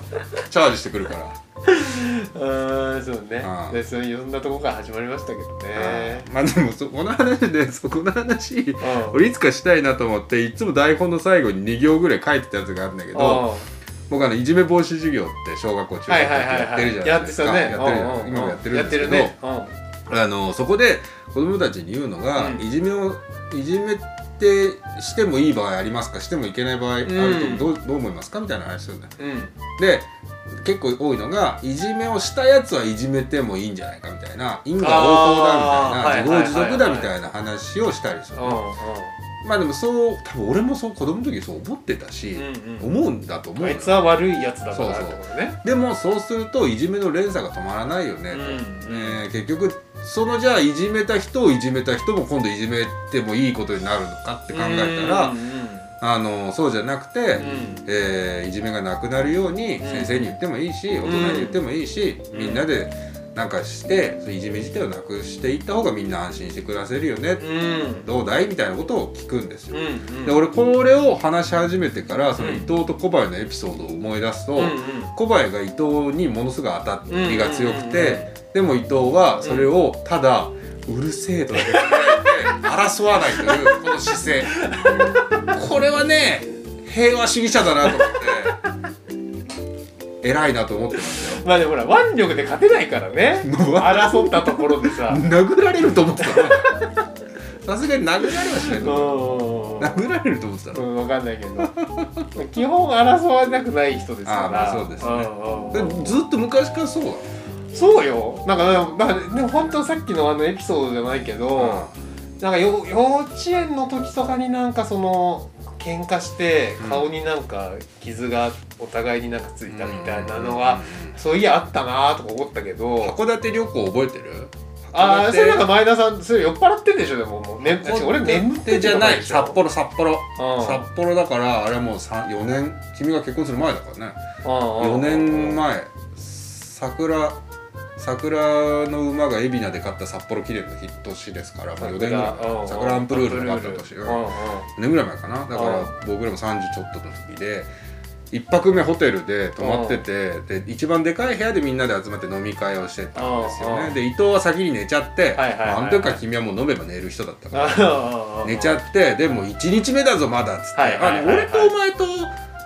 S1: チャージしてくるから、
S2: うーんそうね
S1: うん
S2: でそういういろんなとこから始まりましたけどね
S1: まあでもそこの話でそこの話
S2: うん
S1: 俺いつかしたいなと思っていつも台本の最後に2行ぐらい書いてたやつがあるんだけど、
S2: うん
S1: 僕あのいじめ防止授業って小学校中学校
S2: はいはいはい
S1: やっ
S2: は
S1: てる
S2: い
S1: じゃない
S2: やっ
S1: で
S2: て
S1: す
S2: た
S1: か
S2: ね
S1: やってる
S2: うんうんうん
S1: 今もやってるんですけど
S2: やってるね
S1: あのそこで子供たちに言うのが、
S2: うん
S1: いじめをいじめってしてもいい場合ありますかしてもいけない場合あると、
S2: うん
S1: どうどう思いますかみたいな話するんだよ
S2: うんうん
S1: で結構多いのがいじめをしたやつはいじめてもいいんじゃないかみたいな因果応報だみたいな
S2: あー
S1: 自業自得だ
S2: はいはいはいはい
S1: みたいな話をしたりする
S2: うん
S1: まあでもそう多分俺もそう子供の時そう思ってたし、
S2: うんうん
S1: 思うんだと思う
S2: あ
S1: の
S2: い
S1: よ
S2: つは悪いやつだから
S1: そ
S2: っ
S1: う
S2: て
S1: そう
S2: ことね
S1: でもそうするといじめの連鎖が止まらないよね、
S2: う
S1: と
S2: んうん
S1: ねえ結局そのじゃあいじめた人をいじめた人も今度いじめてもいいことになるのかって考えたら、
S2: うんうん
S1: あのそうじゃなくて、
S2: うん
S1: えーいじめがなくなるように
S2: うん
S1: 先生に言ってもいいし、
S2: ん
S1: 大人に言ってもいいし、
S2: うん
S1: みんなでなんかしてそういじめ自体をなくしていった方がみんな安心して暮らせるよね、
S2: うん
S1: どうだいみたいなことを聞くんですよ。
S2: うんうん
S1: で俺これを話し始めてからその
S2: うん
S1: 伊藤と小林のエピソードを思い出すと、
S2: うんうん
S1: 小林が伊藤にものすごい当たりが強く
S2: うんうんうん
S1: てでも伊藤はそれをただ「うるせえ」とだけ言って争わないというこの姿勢これはね平和主義者だなと思って偉いなと思ってまし
S2: まあでもほら腕力で勝てないから ね争ったところで
S1: た
S2: さ
S1: よ殴られると思ってたのさすがに殴られはしない
S2: うん
S1: と
S2: う
S1: 思うん
S2: うん
S1: 殴られると思ってた
S2: う
S1: の
S2: ん、わかんないけど基本争わなくない人ですから
S1: あーまあそうですね
S2: ん
S1: で
S2: うんうん
S1: ずっと昔からそうだもん
S2: そうよなんかでもまあでも本当さっきのあのエピソードじゃないけど、なんかよ幼稚園の時とかになんかその喧嘩して
S1: うん
S2: 顔になんか傷がお互いになんかついたみたいなのが、そういやあったなーとか思ったけど、
S1: 函館旅行覚えてる
S2: あ
S1: 函
S2: あ
S1: 館
S2: それなんか前田さんそれ酔っ払ってんでしょでももう、ね、私俺眠ってん
S1: じゃ
S2: とか
S1: な
S2: で
S1: い
S2: しょ
S1: 札幌札幌、
S2: うん
S1: 札幌だからあれはもう4年君が結婚する前だからね
S2: うんうん
S1: 4年前桜桜の馬が海老名で買った札幌記念のヒット年ですから、まあ、4年ぐらい前
S2: うん
S1: 桜アンプルールが買った年、
S2: う
S1: うんん、
S2: うん
S1: 4年ぐらい前かなだか
S2: うん
S1: ら僕らも30ちょっとの時で1泊目ホテルで泊まっててで一番でかい部屋でみんなで集まって飲み会をしてたんですよ
S2: うんう
S1: ね
S2: ん
S1: で伊藤は先に寝ちゃって、
S2: はいはいはいはい
S1: まああの時から君はもう飲めば寝る人だったから
S2: あー
S1: 寝ちゃってでも1日目だぞまだっつって、
S2: はいはいはいはい
S1: あの俺とお前と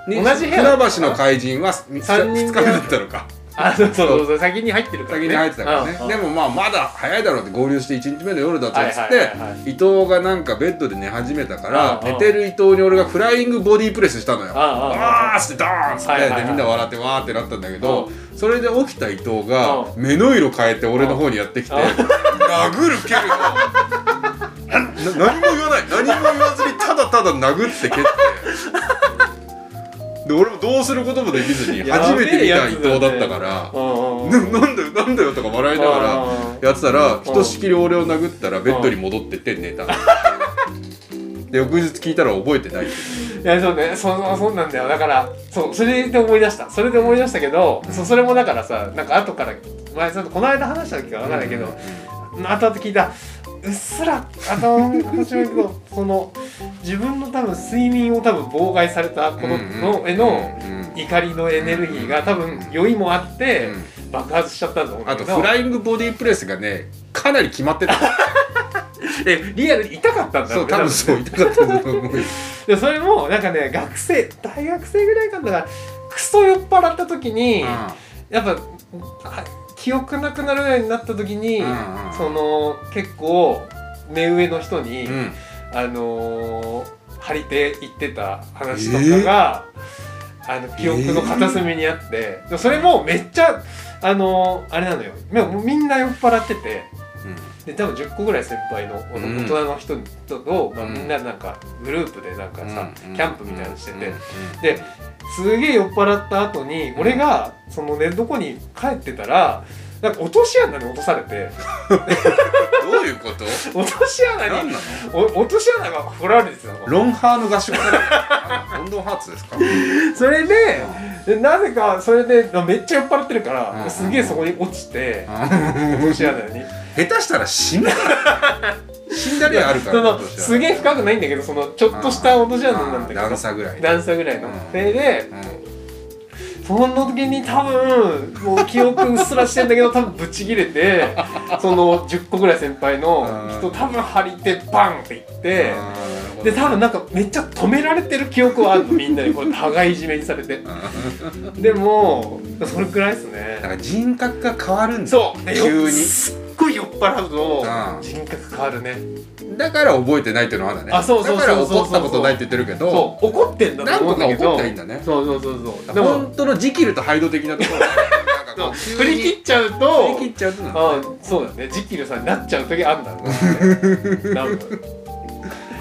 S1: に
S2: 同じ部屋だったのかな
S1: 船橋の怪人は3日
S2: 三人
S1: 二日目だったのか
S2: あそうそうそう先に入ってるから、ね、
S1: 先に入ってたからね、
S2: うんうん
S1: でもまあまだ早いだろうって合流して1日目の夜だぞっつって、
S2: はいはいはいはい
S1: 伊藤がなんかベッドで寝始めたから、
S2: うんうん
S1: 寝てる伊藤に俺がフライングボディープレスしたのよ、
S2: んうんうん
S1: わーっつってドーンっつって、
S2: はいはいはい
S1: でみんな笑ってわーってなったんだけど、それで起きた伊藤が
S2: う
S1: 目の色変えて俺の方にやってきて、
S2: うん
S1: 殴る蹴るをな何も言わない何も言わずにただただ殴って蹴ってで俺もどうすることもできずに初めて見た伊藤だったから、
S2: うんうんうん
S1: ななんだよなんだよとか笑いながら やってたらひとしきり俺を殴ったらベッドに戻ってって寝たで翌日聞いたら覚えてない
S2: いやそうねそうそうそうなんだよだからそうそれで思い出したそれで思い出したけど、そうそれもだからさなんか後から前さんとこの間話した時か分かんないけど、後々聞いたうっすら頭の形もいいけどその自分の多分睡眠を多分妨害されたこの,、の絵の怒りのエネルギーが多分酔いもあって爆発しちゃったと思うんだ
S1: あ
S2: け
S1: と
S2: ど
S1: フライングボディープレスがねかなり決まって た
S2: えリアルに痛かったんだ
S1: そ
S2: ろ
S1: うう
S2: ね
S1: 多分そう痛かったんだと思うよ
S2: でそれもなんかね学生大学生ぐらいかなだからクソ酔っ払った時に、やっぱあ記憶なくなるようになった時に、
S1: うんうん
S2: その結構目上の人に、
S1: うん
S2: あのー借りて行ってた話とかが、あの記憶の片隅にあって、でそれもめっちゃあのーあれなのよでももうみんな酔っ払ってて。で多分10個ぐらい先輩のあの
S1: うん
S2: 大人の人と、まあ、
S1: うん
S2: みんななんかグループでなんかさ、キャンプみたいなのしてて、
S1: です
S2: げえ酔っ払った後に俺がその寝床に帰ってたらなんか落とし穴に落とされ て
S1: どういうこと
S2: 落とし穴
S1: 何
S2: に
S1: なの
S2: お落とし穴が掘られてたの
S1: ロンハーの合宿からロンドンハーツですか
S2: それででなぜかそれでめっちゃ酔っ払ってるか
S1: うんうんう
S2: ら
S1: ん
S2: すげえそこに落ちて落とし穴に
S1: 下手したら死ぬから死んだりはあるか
S2: そ
S1: ら
S2: のすげえ深くないんだけどそのちょっとした落とし穴なんだけど
S1: 段差ぐらい
S2: 段差ぐらいの
S1: うん
S2: それで
S1: うん
S2: その時に多分もう記憶うっすらしてん だけど多分ブチ切れてその10個ぐらい先輩の人
S1: うん
S2: 多分張り手バンっていって
S1: あーなるほど
S2: で多分なんかめっちゃ止められてる記憶はあるのみ んなにこう互いいじめにされてでもそれくらいです
S1: だから
S2: ね
S1: 人格が変わるんだ
S2: そうでよ
S1: 急に
S2: すっごい酔っ払うと
S1: うん
S2: 人格変わるね
S1: だから覚えてないっていうのはあるんだね
S2: あそうそうそうそ
S1: だ
S2: う
S1: から怒ったことないって言ってるけど
S2: そう怒ってんだと思うんだけ
S1: 何個か怒
S2: ど
S1: ってはいいんだね
S2: そうそうそうそうでも
S1: 本当のジキルとハイド的なところがあるなんか こう
S2: 振り切っちゃう
S1: 振
S2: と
S1: り切っちゃうとなの
S2: ああそうだねジキルさんになっちゃう時あんだろうね多分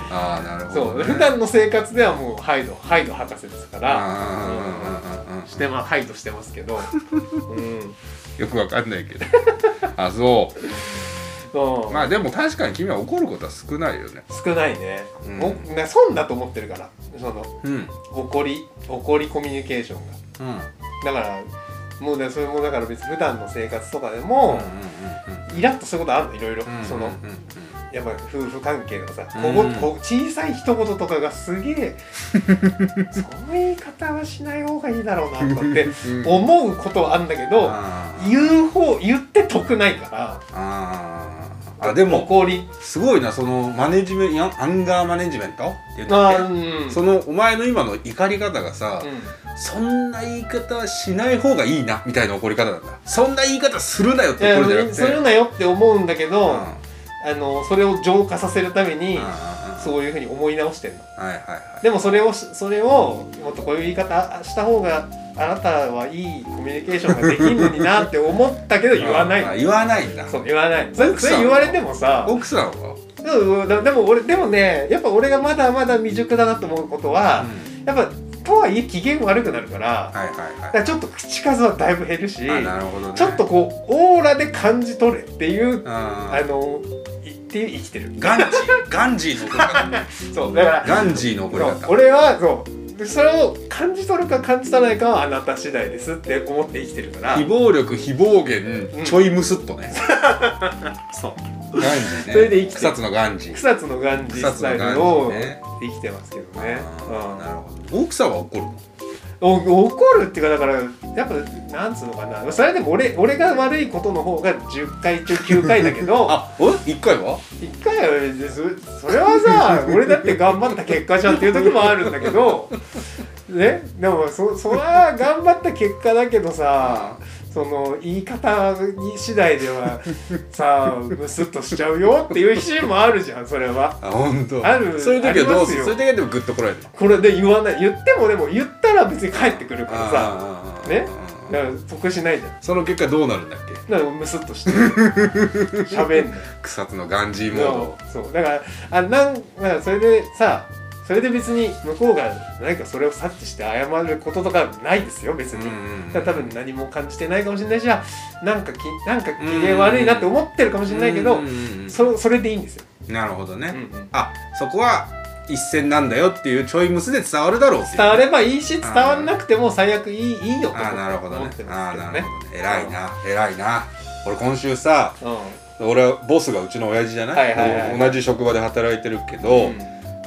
S1: ああなるほ
S2: そ
S1: ど
S2: う
S1: ね
S2: 普段の生活ではもうハイドハイド博士ですから
S1: あーうんうんうんうんうん
S2: してまあハイドしてますけどうん
S1: よくわかんないけ どあそう
S2: そう
S1: まあでも確かに君は怒ることは少ないよね
S2: 少ないね、
S1: うん
S2: もな損だと思ってるからその
S1: うんうん
S2: 怒り怒りコミュニケーションがだからもうねそれもだから別に普段の生活とかでも、イラッとすることあるのいろいろ、
S1: うん
S2: そ
S1: うん
S2: の
S1: うん
S2: やっぱ夫婦関係のさ、
S1: うん
S2: こここ小さい一言とかがすげ えその言い方はしない方がいいだろうなとかって
S1: うんうん
S2: 思うことはあるんだけど
S1: あー
S2: 言う方言って得ないか
S1: あー
S2: ら
S1: あでも
S2: 怒り
S1: すごいなそのマネジメントアンガーマネジメントっていうんだ
S2: あ
S1: っけ
S2: ーうん
S1: そのお前の今の怒り方がさ、
S2: うん
S1: そんな言い方しない方がいいなみたいな怒り方なんだそんな言い方するなよっ
S2: い
S1: て
S2: や
S1: 怒るじゃなくて
S2: するなよって思うんだけど、
S1: うん
S2: あのそれを浄化させるために
S1: うんうんうん
S2: そういうふうに思い直してるの
S1: はいはいはい
S2: でもそれをしそれをもっとこういう言い方した方があなたはいいコミュニケーションができるのになって思ったけど言わな
S1: あ
S2: い
S1: 言わないんだ
S2: そう言わないそれそれ言われてもさ
S1: 奥さんは、
S2: うんでも俺でもねやっぱ俺がまだまだ未熟だなと思うことは、
S1: うん
S2: やっぱとはいえ機嫌悪くなるから、
S1: はいはいは
S2: だからちょっと口数はだいぶ減るし、
S1: いあなるほどね
S2: ちょっとこうオーラで感じ取れっていう、あ
S1: あ
S2: のいっていう生きてる
S1: ガンジーガンジーの怒り方
S2: そうだから
S1: ガンジーの怒り
S2: そう
S1: 方
S2: 俺はそうでそれを感じ取るか感じ取らないかはあなた次第ですって思って生きてるから
S1: 非暴力非暴言、
S2: うん
S1: ちょいムスっとね
S2: そう
S1: ガンジーね
S2: それで生きて
S1: 草津のガンジー
S2: 草津のガンジ
S1: 草
S2: ス
S1: 津の
S2: タイ
S1: ガンジ
S2: ルを
S1: ーね
S2: 生きてますけど
S1: あ
S2: ね、
S1: ー
S2: うん
S1: なるほど奥さんは怒るの
S2: お怒るっていうかだからやっぱなんつうのかなそれでも俺俺が悪いことの方が10回中9回だけど
S1: あえ一回は
S2: 一回は別にそそれはさ俺だって頑張った結果じゃんっていう時もあるんだけどねでもそそれは頑張った結果だけどさその言い方に次第ではさムスッとしちゃうよっていうシーンもあるじゃんそれは。
S1: あ本当
S2: ある
S1: そういう時はどうす
S2: あります
S1: る
S2: よ
S1: そういう時はでもグッとこられる
S2: これで言わない言ってもでも言ったら別に帰ってくるからさ
S1: あー
S2: ね
S1: あー
S2: だから得しないじゃん。
S1: その結果どうなるんだっけ
S2: だからムスッ としてる喋んない。
S1: 草津のガンジーモード
S2: そうそうだからあなんだからそれでさそれで別に向こうが何かそれを察知して謝ることとかないですよ別に、だから多分何も感じてないかもしれないしあなんかきなんか機嫌悪いなって思ってるかもしれないけど、
S1: うんうんうん
S2: そそれでいいんですよ、
S1: なるほどね、
S2: うんうん
S1: あそこは一戦なんだよっていうちょいムスで伝わるだろうっていう
S2: 伝わればいいし伝わらなくても最悪いいいいよと
S1: ああなるほどね
S2: 思って
S1: ああ
S2: ますけど
S1: なる
S2: ね
S1: ほどね偉いな偉いな俺今週さ
S2: うん
S1: 俺はボスがうちの親父じゃない,、
S2: はいはいはい
S1: 同じ職場で働いてるけど、
S2: うん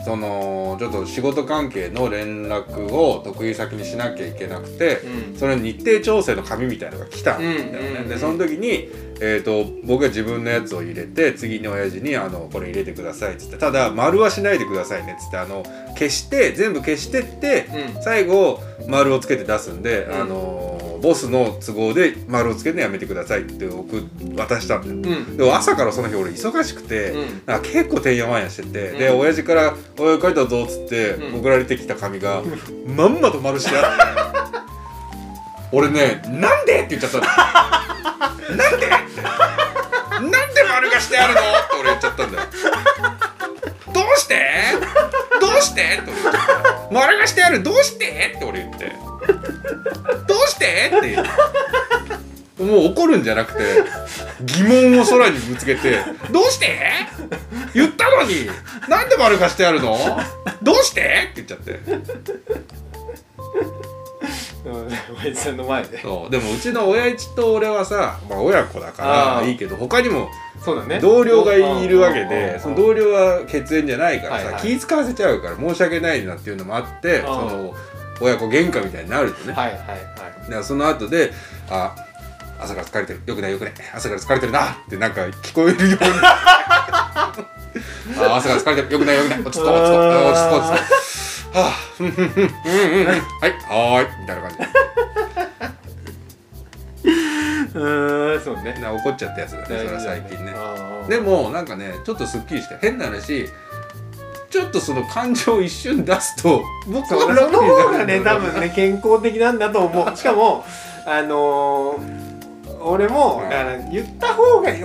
S1: そのちょっと仕事関係の連絡を得意先にしなきゃいけなくて、
S2: うん
S1: それの日程調整の紙みたいのが来たんだよね、
S2: うんうんうん
S1: でその時に、えー、と僕が自分のやつを入れて次に親父にあの「これ入れてください」っつって「ただ丸はしないでくださいね」っつってあの消して全部消してって、
S2: うん
S1: 最後丸をつけて出すんで、
S2: うん
S1: あのボスの都合で丸をつけるのやめてくださいって送っ渡したんだよ。
S2: うん
S1: でも朝からその日俺忙しくて、
S2: うん
S1: なんか結構てんやわんやしてて、で
S2: うん
S1: 親父から「おい書いたぞ」っつって、
S2: うん
S1: 送られてきた紙が、まんまと丸してあって俺ね「なんで?」って言っちゃったの「なんで?」なんで丸がしてあるの?」って俺言っちゃったんだよ。どうしてどうしてって俺言っちゃった丸がしてあるどうしてって俺言ってどうしてって言ってもう怒るんじゃなくて疑問を空にぶつけて「どうして?」言ったのになんで丸がしてあるのどうしてって言っちゃって
S2: うん 親父さんの前で
S1: そうでもうちの親父と俺はさ、まあ、親子だか
S2: あ
S1: ら
S2: ー
S1: いいけど他にも
S2: そうだね
S1: 同僚がいるわけ
S2: う
S1: で
S2: ん
S1: その同僚は血縁じゃないからさ、
S2: はいはい
S1: 気使わせちゃうから申し訳ないなっていうのもあって
S2: ん
S1: その親子喧嘩みたいになるとね、
S2: はいはいは
S1: だからその後で「あ朝から疲れてるよくないよくない朝から疲れてるな」ってなんか聞こえ るようにあ朝から疲れてるよくないよくない落ち着こう落ち着こう
S2: あー
S1: 落ち着こう落ち着こうはあふんふんふんうんうんうんはいはーいみたいな感じ
S2: いうーんそうね
S1: な怒っちゃったやつだねそれは最近ね
S2: あー
S1: でもなんかねちょっとすっきりして変な話ちょっとその感情を一瞬出すと僕
S2: そう
S1: は
S2: その方
S1: な
S2: が
S1: る
S2: ね多分 ね健康的なんだと思うしかもあのー俺も
S1: うん
S2: だから言った方がいい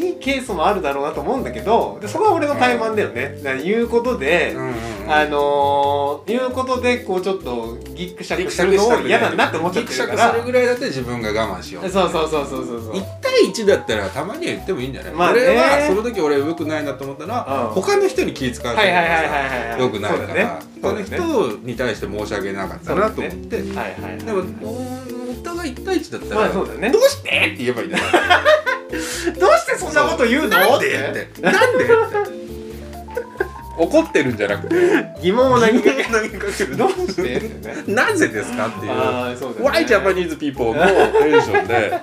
S2: いいケースもあるだろうなと思うんだけどでそこは俺の怠慢だよねだから言うことで、
S1: うんうんうん
S2: あのー、いうことでこうちょっとギックシャクするのを嫌だなって思っちゃってるか
S1: ギクシャクする
S2: ら
S1: ぐらいだって自分が我慢しよう
S2: そうそうそうそうそうそう
S1: 1対1だったらたまには言ってもいいんじゃない、
S2: まあね
S1: 俺はその時俺良くないなと思ったのは、
S2: うん
S1: 他の人に気遣わせ
S2: は
S1: る
S2: い
S1: の
S2: はいはい
S1: が
S2: はいは
S1: さ
S2: い
S1: 良くないから、他
S2: そうだ
S1: の
S2: よね
S1: 人に対して申し訳なかったなと思って、
S2: そうだよねはいはいはい
S1: でもお互い1対1だったら、
S2: まあそうだよね
S1: どうしてって言えばいいんだよ
S2: どうしてそんなこと言うの
S1: なんでってなんでって怒ってるんじゃなくて
S2: 疑問を投げかけ
S1: 疑問を投げかける
S2: どう してってね
S1: なぜですかっていう
S2: あーそうだ
S1: Why
S2: ね
S1: Japanese people のテンションで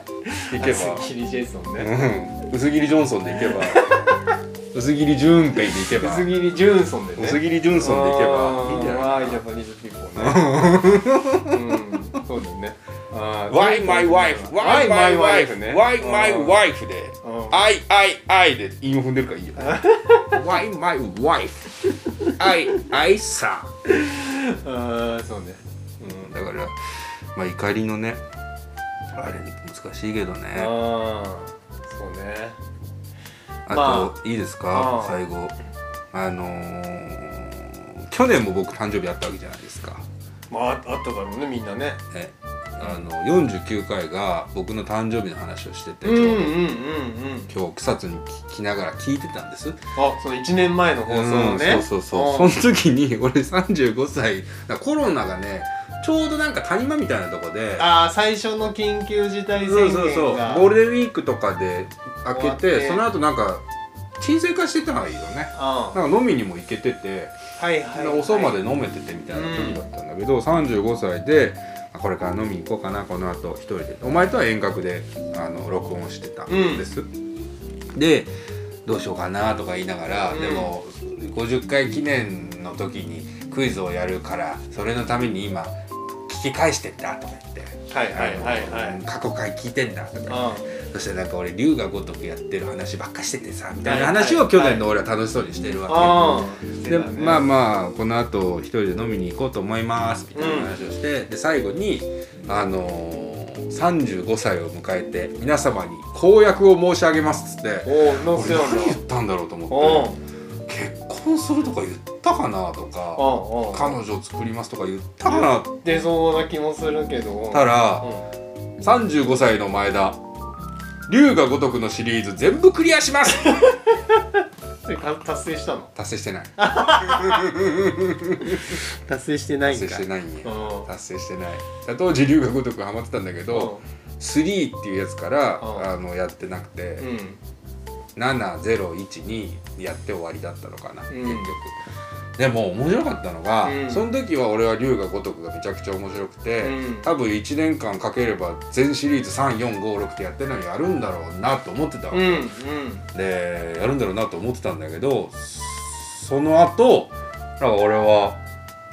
S1: いけば
S2: あスッキリジェイソンね
S1: うん薄切りジョンソンでいけば薄切り淳平でいけば
S2: 薄切りジュンソンでね
S1: 薄切り淳ソンでいけばいいんじゃない
S2: ワイジャパニーズピーポーねうんそうだよねあー
S3: Why my wife?
S2: Why my wife ね
S3: Why my
S2: うん
S3: wife で
S2: うん
S3: I I I で韻を踏んでる からいいよ Why my wife? I I sa
S2: あーそうねうん
S1: だからまあ怒りのねあれ難しいけどね
S2: あーそうね
S1: あと、
S2: ま
S1: いいです
S2: あ
S1: か
S2: あ
S1: 最後あのー去年も僕誕生日あったわけじゃないですか
S2: まあああっただろうねみんなね
S1: ねあの49回が僕の誕生日の話をしてて、
S2: うんうん
S1: ち
S2: うん
S1: ょう
S2: うん
S1: ど今日草津に来来ながら聞いてたんです
S2: あその1年前の放送
S1: う
S2: を
S1: ん
S2: ね、
S1: そうそうそううんその時に俺35歳だからコロナがねちょうどなんか谷間みたいなとこで
S2: ああ最初の緊急事態宣
S1: そ
S2: 言
S1: う
S2: が
S1: そうそうゴールデンウィークとかで開け
S2: 終わってて
S1: その後なんか沈静化してたのがいいよね
S2: ああ
S1: なんか飲みにも行けてて、
S2: はいはい、はい、
S1: 遅まで飲めててみたいな時だったんだけど、35歳であこれから飲みに行こうかなこの後一人でお前とは遠隔であの録音してたんです、でどうしようかなとか言いながら、
S2: うん
S1: でも50回記念の時にクイズをやるからそれのために今聞き返してんだとか言って。
S2: はいはいはいは
S1: あの
S2: い
S1: 過去回聞いてんだとか言って
S2: あ
S1: そしてなんか俺龍が如くやってる話ばっかしててさみたいな
S2: はいはい
S1: 話を去年の俺は楽しそうにしてるわけ、
S2: あ
S1: でまあ
S2: あ
S1: まあこの後一人で飲みに行こうと思いますみたいな話をして、で最後にあのー、35歳を迎えて皆様に公約を申し上げますっつって
S2: おおの
S1: 俺
S2: せよ
S1: 何言ったんだろうと
S2: おお
S1: 思って結婚するとか言ったかなとか
S2: お
S1: 彼女を作りますとか言ったかな
S2: お出そうな気もするけど
S1: た
S2: う
S1: ら
S2: ん
S1: 35歳の前田龍が如くのシリーズ全部クリアします
S2: それか達成したの
S1: 達成してない
S2: 達成してない
S1: 達成して
S2: い
S1: ないんや
S2: うん
S1: 達成してない当時龍が如くハマってたんだけど、3っていうやつから、
S2: うん
S1: あのやってなくて、
S2: うん
S1: 7012やって終わりだったのかな、
S2: ん
S1: 結局でも面白かったのが、
S2: うん
S1: その時は俺は龍が如くがめちゃくちゃ面白くて、
S2: うん
S1: 多分1年間かければ全シリーズ3456ってやってるのにやるんだろうなと思ってたわけ、
S2: うんうん
S1: でやるんだろうなと思ってたんだけどその後なんか俺は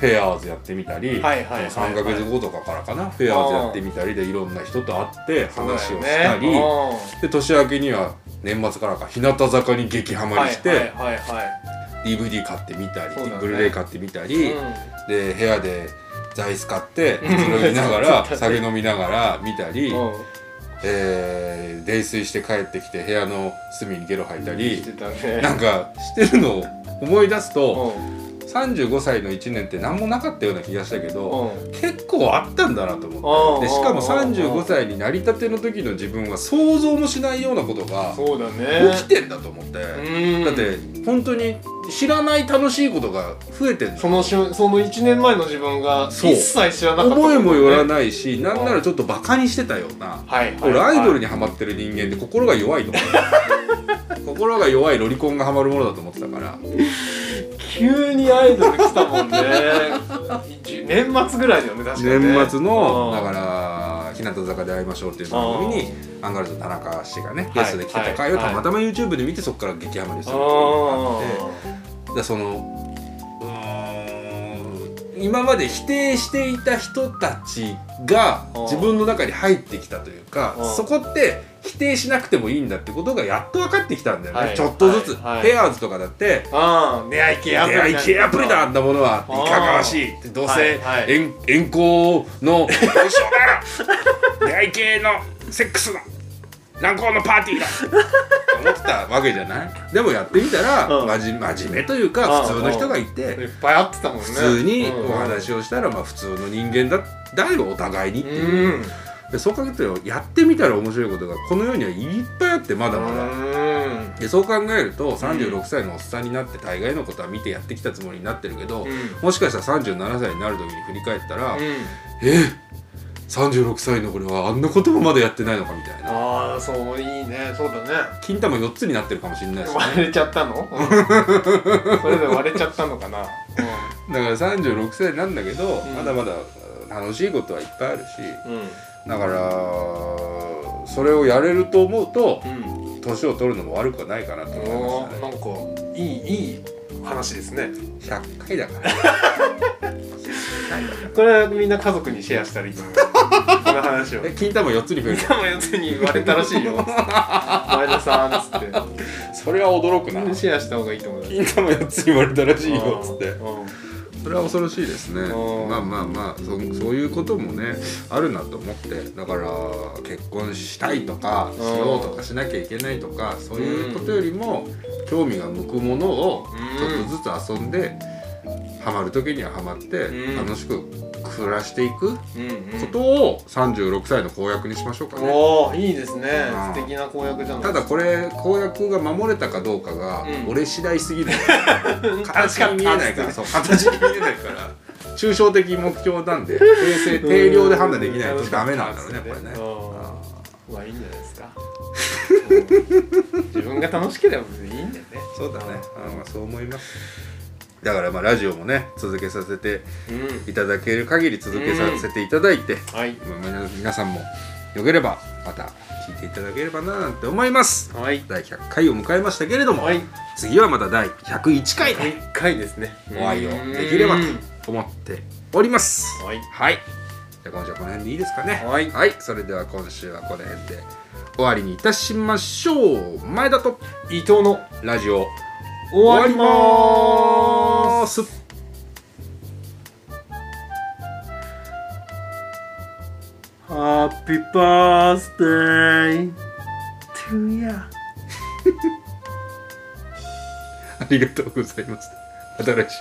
S1: ペアーズやってみたり、
S2: はいはいはいはい
S1: 3ヶ月後とかからかなペアーズやってみたりでいろんな人と会って話をしたり、で年明けには年末からか日向坂に激ハマりして、
S2: はいはいは
S1: DVD 買ってみたり、
S2: そうだね
S1: ブルーレイ買ってみた
S2: い
S1: り、
S2: は
S1: で部屋で座椅子買って
S2: うん
S1: それを見なが
S2: そうだ
S1: ら
S2: ね
S1: 酒飲みながら見た
S2: い
S1: り、
S2: うん
S1: えー泥酔して帰ってきて部屋の隅にゲロ吐いたり。
S2: してたね
S1: なんかしてるのを思い出すと
S2: う
S1: 35歳の1年って何もなかったような気がしたけど
S2: んうん
S1: 結構あったんだなと思っ
S2: う
S1: て
S2: ん
S1: でしかも
S2: うん
S1: 35歳になりたての時の自分は想像もしないようなことが
S2: そうだね
S1: 起きてんだと思って
S2: うん
S1: だって本当に知らない楽しいことが増えてんの
S2: その瞬その1年前の自分が
S1: そう
S2: 一切知らなかった
S1: 思いもよら
S2: い
S1: ないしなんならちょっとバカにしてたような
S2: はいはい
S1: 俺アイドル
S2: に
S1: にハマってる人間で心が弱いと思 う心が弱いロリコンがハマるものだと思ってたから
S2: 急にアイドル来たもんね 一年末ぐらいだよね確かにね
S1: 年末の
S2: うん
S1: だから日向坂で会いましょうっていう番組にアンガールズの田中氏がねゲストで来てた回を
S2: はいはい
S1: たまたま YouTube で見てそこから激ハマりするっていうのがあっ
S2: あ
S1: てでそのうーん今まで否定していた人たちが
S2: うん
S1: 自分の中に入ってきたというか
S2: うん
S1: そこって否定しなくてもいいんだってことがやっと分かってきたんだよ
S2: は
S1: ね
S2: い
S1: ちょっとずつ
S2: はいはい
S1: ペアーズとかだって
S2: あー出会い
S1: い
S2: 系アプリ
S1: や、イケアプリだあんなものは、い
S2: あー
S1: かがわしいって、どうせ、
S2: はいはい
S1: 遠遠行の、一緒だろ出 会い系の、セックスの、乱行のパーティーだ思ってたわけじゃないでもやってみたら、
S2: うん
S1: まじ真面目というか、
S2: うん
S1: 普通の人がい
S2: い
S1: て、
S2: っぱい会ってたもんね
S1: 普通に
S2: うん
S1: お話をしたら、まあ普通の人間だ、だよ、お互いにって
S2: う
S1: いう。
S2: ん
S1: でそう考えてるとやってみたら面白いことが、この世にはいっぱいあって、まだまだ。
S2: うん
S1: でそう考えると36歳のおっさんになって大概のことは見てやってきたつもりになってるけど、
S2: うん
S1: もしかしたら37歳になる時に振り返ったら、
S2: うん
S1: え36歳の俺はあんなこともまだやってないのかみたいな
S2: ああそういいねそうだね
S1: 金玉4つになってるかもしれないし、ね、
S2: 割れちゃったの、うんそれで割れちゃったのかな、うん
S1: だから36歳なんだけど、
S2: ん
S1: まだまだ楽しいことはいっぱいあるし
S2: うん
S1: だからそれをやれると思うと
S2: うん、
S1: 年を取るのも悪くはないかなと思い
S2: お
S1: ま
S2: ー
S1: した
S2: なん
S1: ね
S2: かいいいい話ですね
S1: 100回だから
S2: これはみんな家族にシェアしたらいいと思うこの話を
S1: え金玉4つに増える
S2: 多分やつに言われたらしいよ前田さんっつって
S1: それは驚 くな
S2: シェアした方がいいと思う
S1: 金玉4つに言われたらしいよっつって
S2: うんうん
S1: それは恐ろしいですね
S2: うん
S1: まあまあまあそそういうこともねあるなと思ってだから結婚したいとかし
S2: ん
S1: ようとかしなきゃいけないとかそういうことよりも興味が向くものを
S2: うん
S1: ちょっとずつ遊んでハマる時にはハマって
S2: うん
S1: 楽しく暮らしていくこ
S2: うんうん
S1: とを36歳の公約にしましょうかね。
S2: おおいいですね
S1: うん
S2: 素敵な公約じゃない
S1: ただこれ公約が守れたかどうかが、
S2: うん
S1: 俺次第すぎる
S2: 確
S1: 形
S2: か
S1: に
S2: に
S1: 見えないからそう形に見えないから抽象的目標なんで訂正定量で判断できないとダメなんだろうねこれね
S2: うんまあいいんじゃないです か自分が楽しければ別にいいんだよね
S1: そうだねあまあそう思いますだからまあラジオもね続けさせて
S2: う
S1: いただける限り続けさせていただいて、
S2: んはい
S1: まあ皆さんもよければまた聞いていただければななんて思います
S2: はい
S1: 第100回を迎えましたけれども、
S2: はい
S1: 次はまた第101回
S2: 一回ですね
S1: お会いをできれば
S2: うん
S1: と思っております
S2: はい
S1: はいじゃあ今週はこの辺でいいですかね
S2: はい
S1: それでは今週はこの辺で終わりにいたしましょう前田と
S2: 伊藤の
S1: ラジオ
S2: 終わりまーす
S1: す
S2: ハッピーバースデー to ya
S1: ありがとうございますまた来週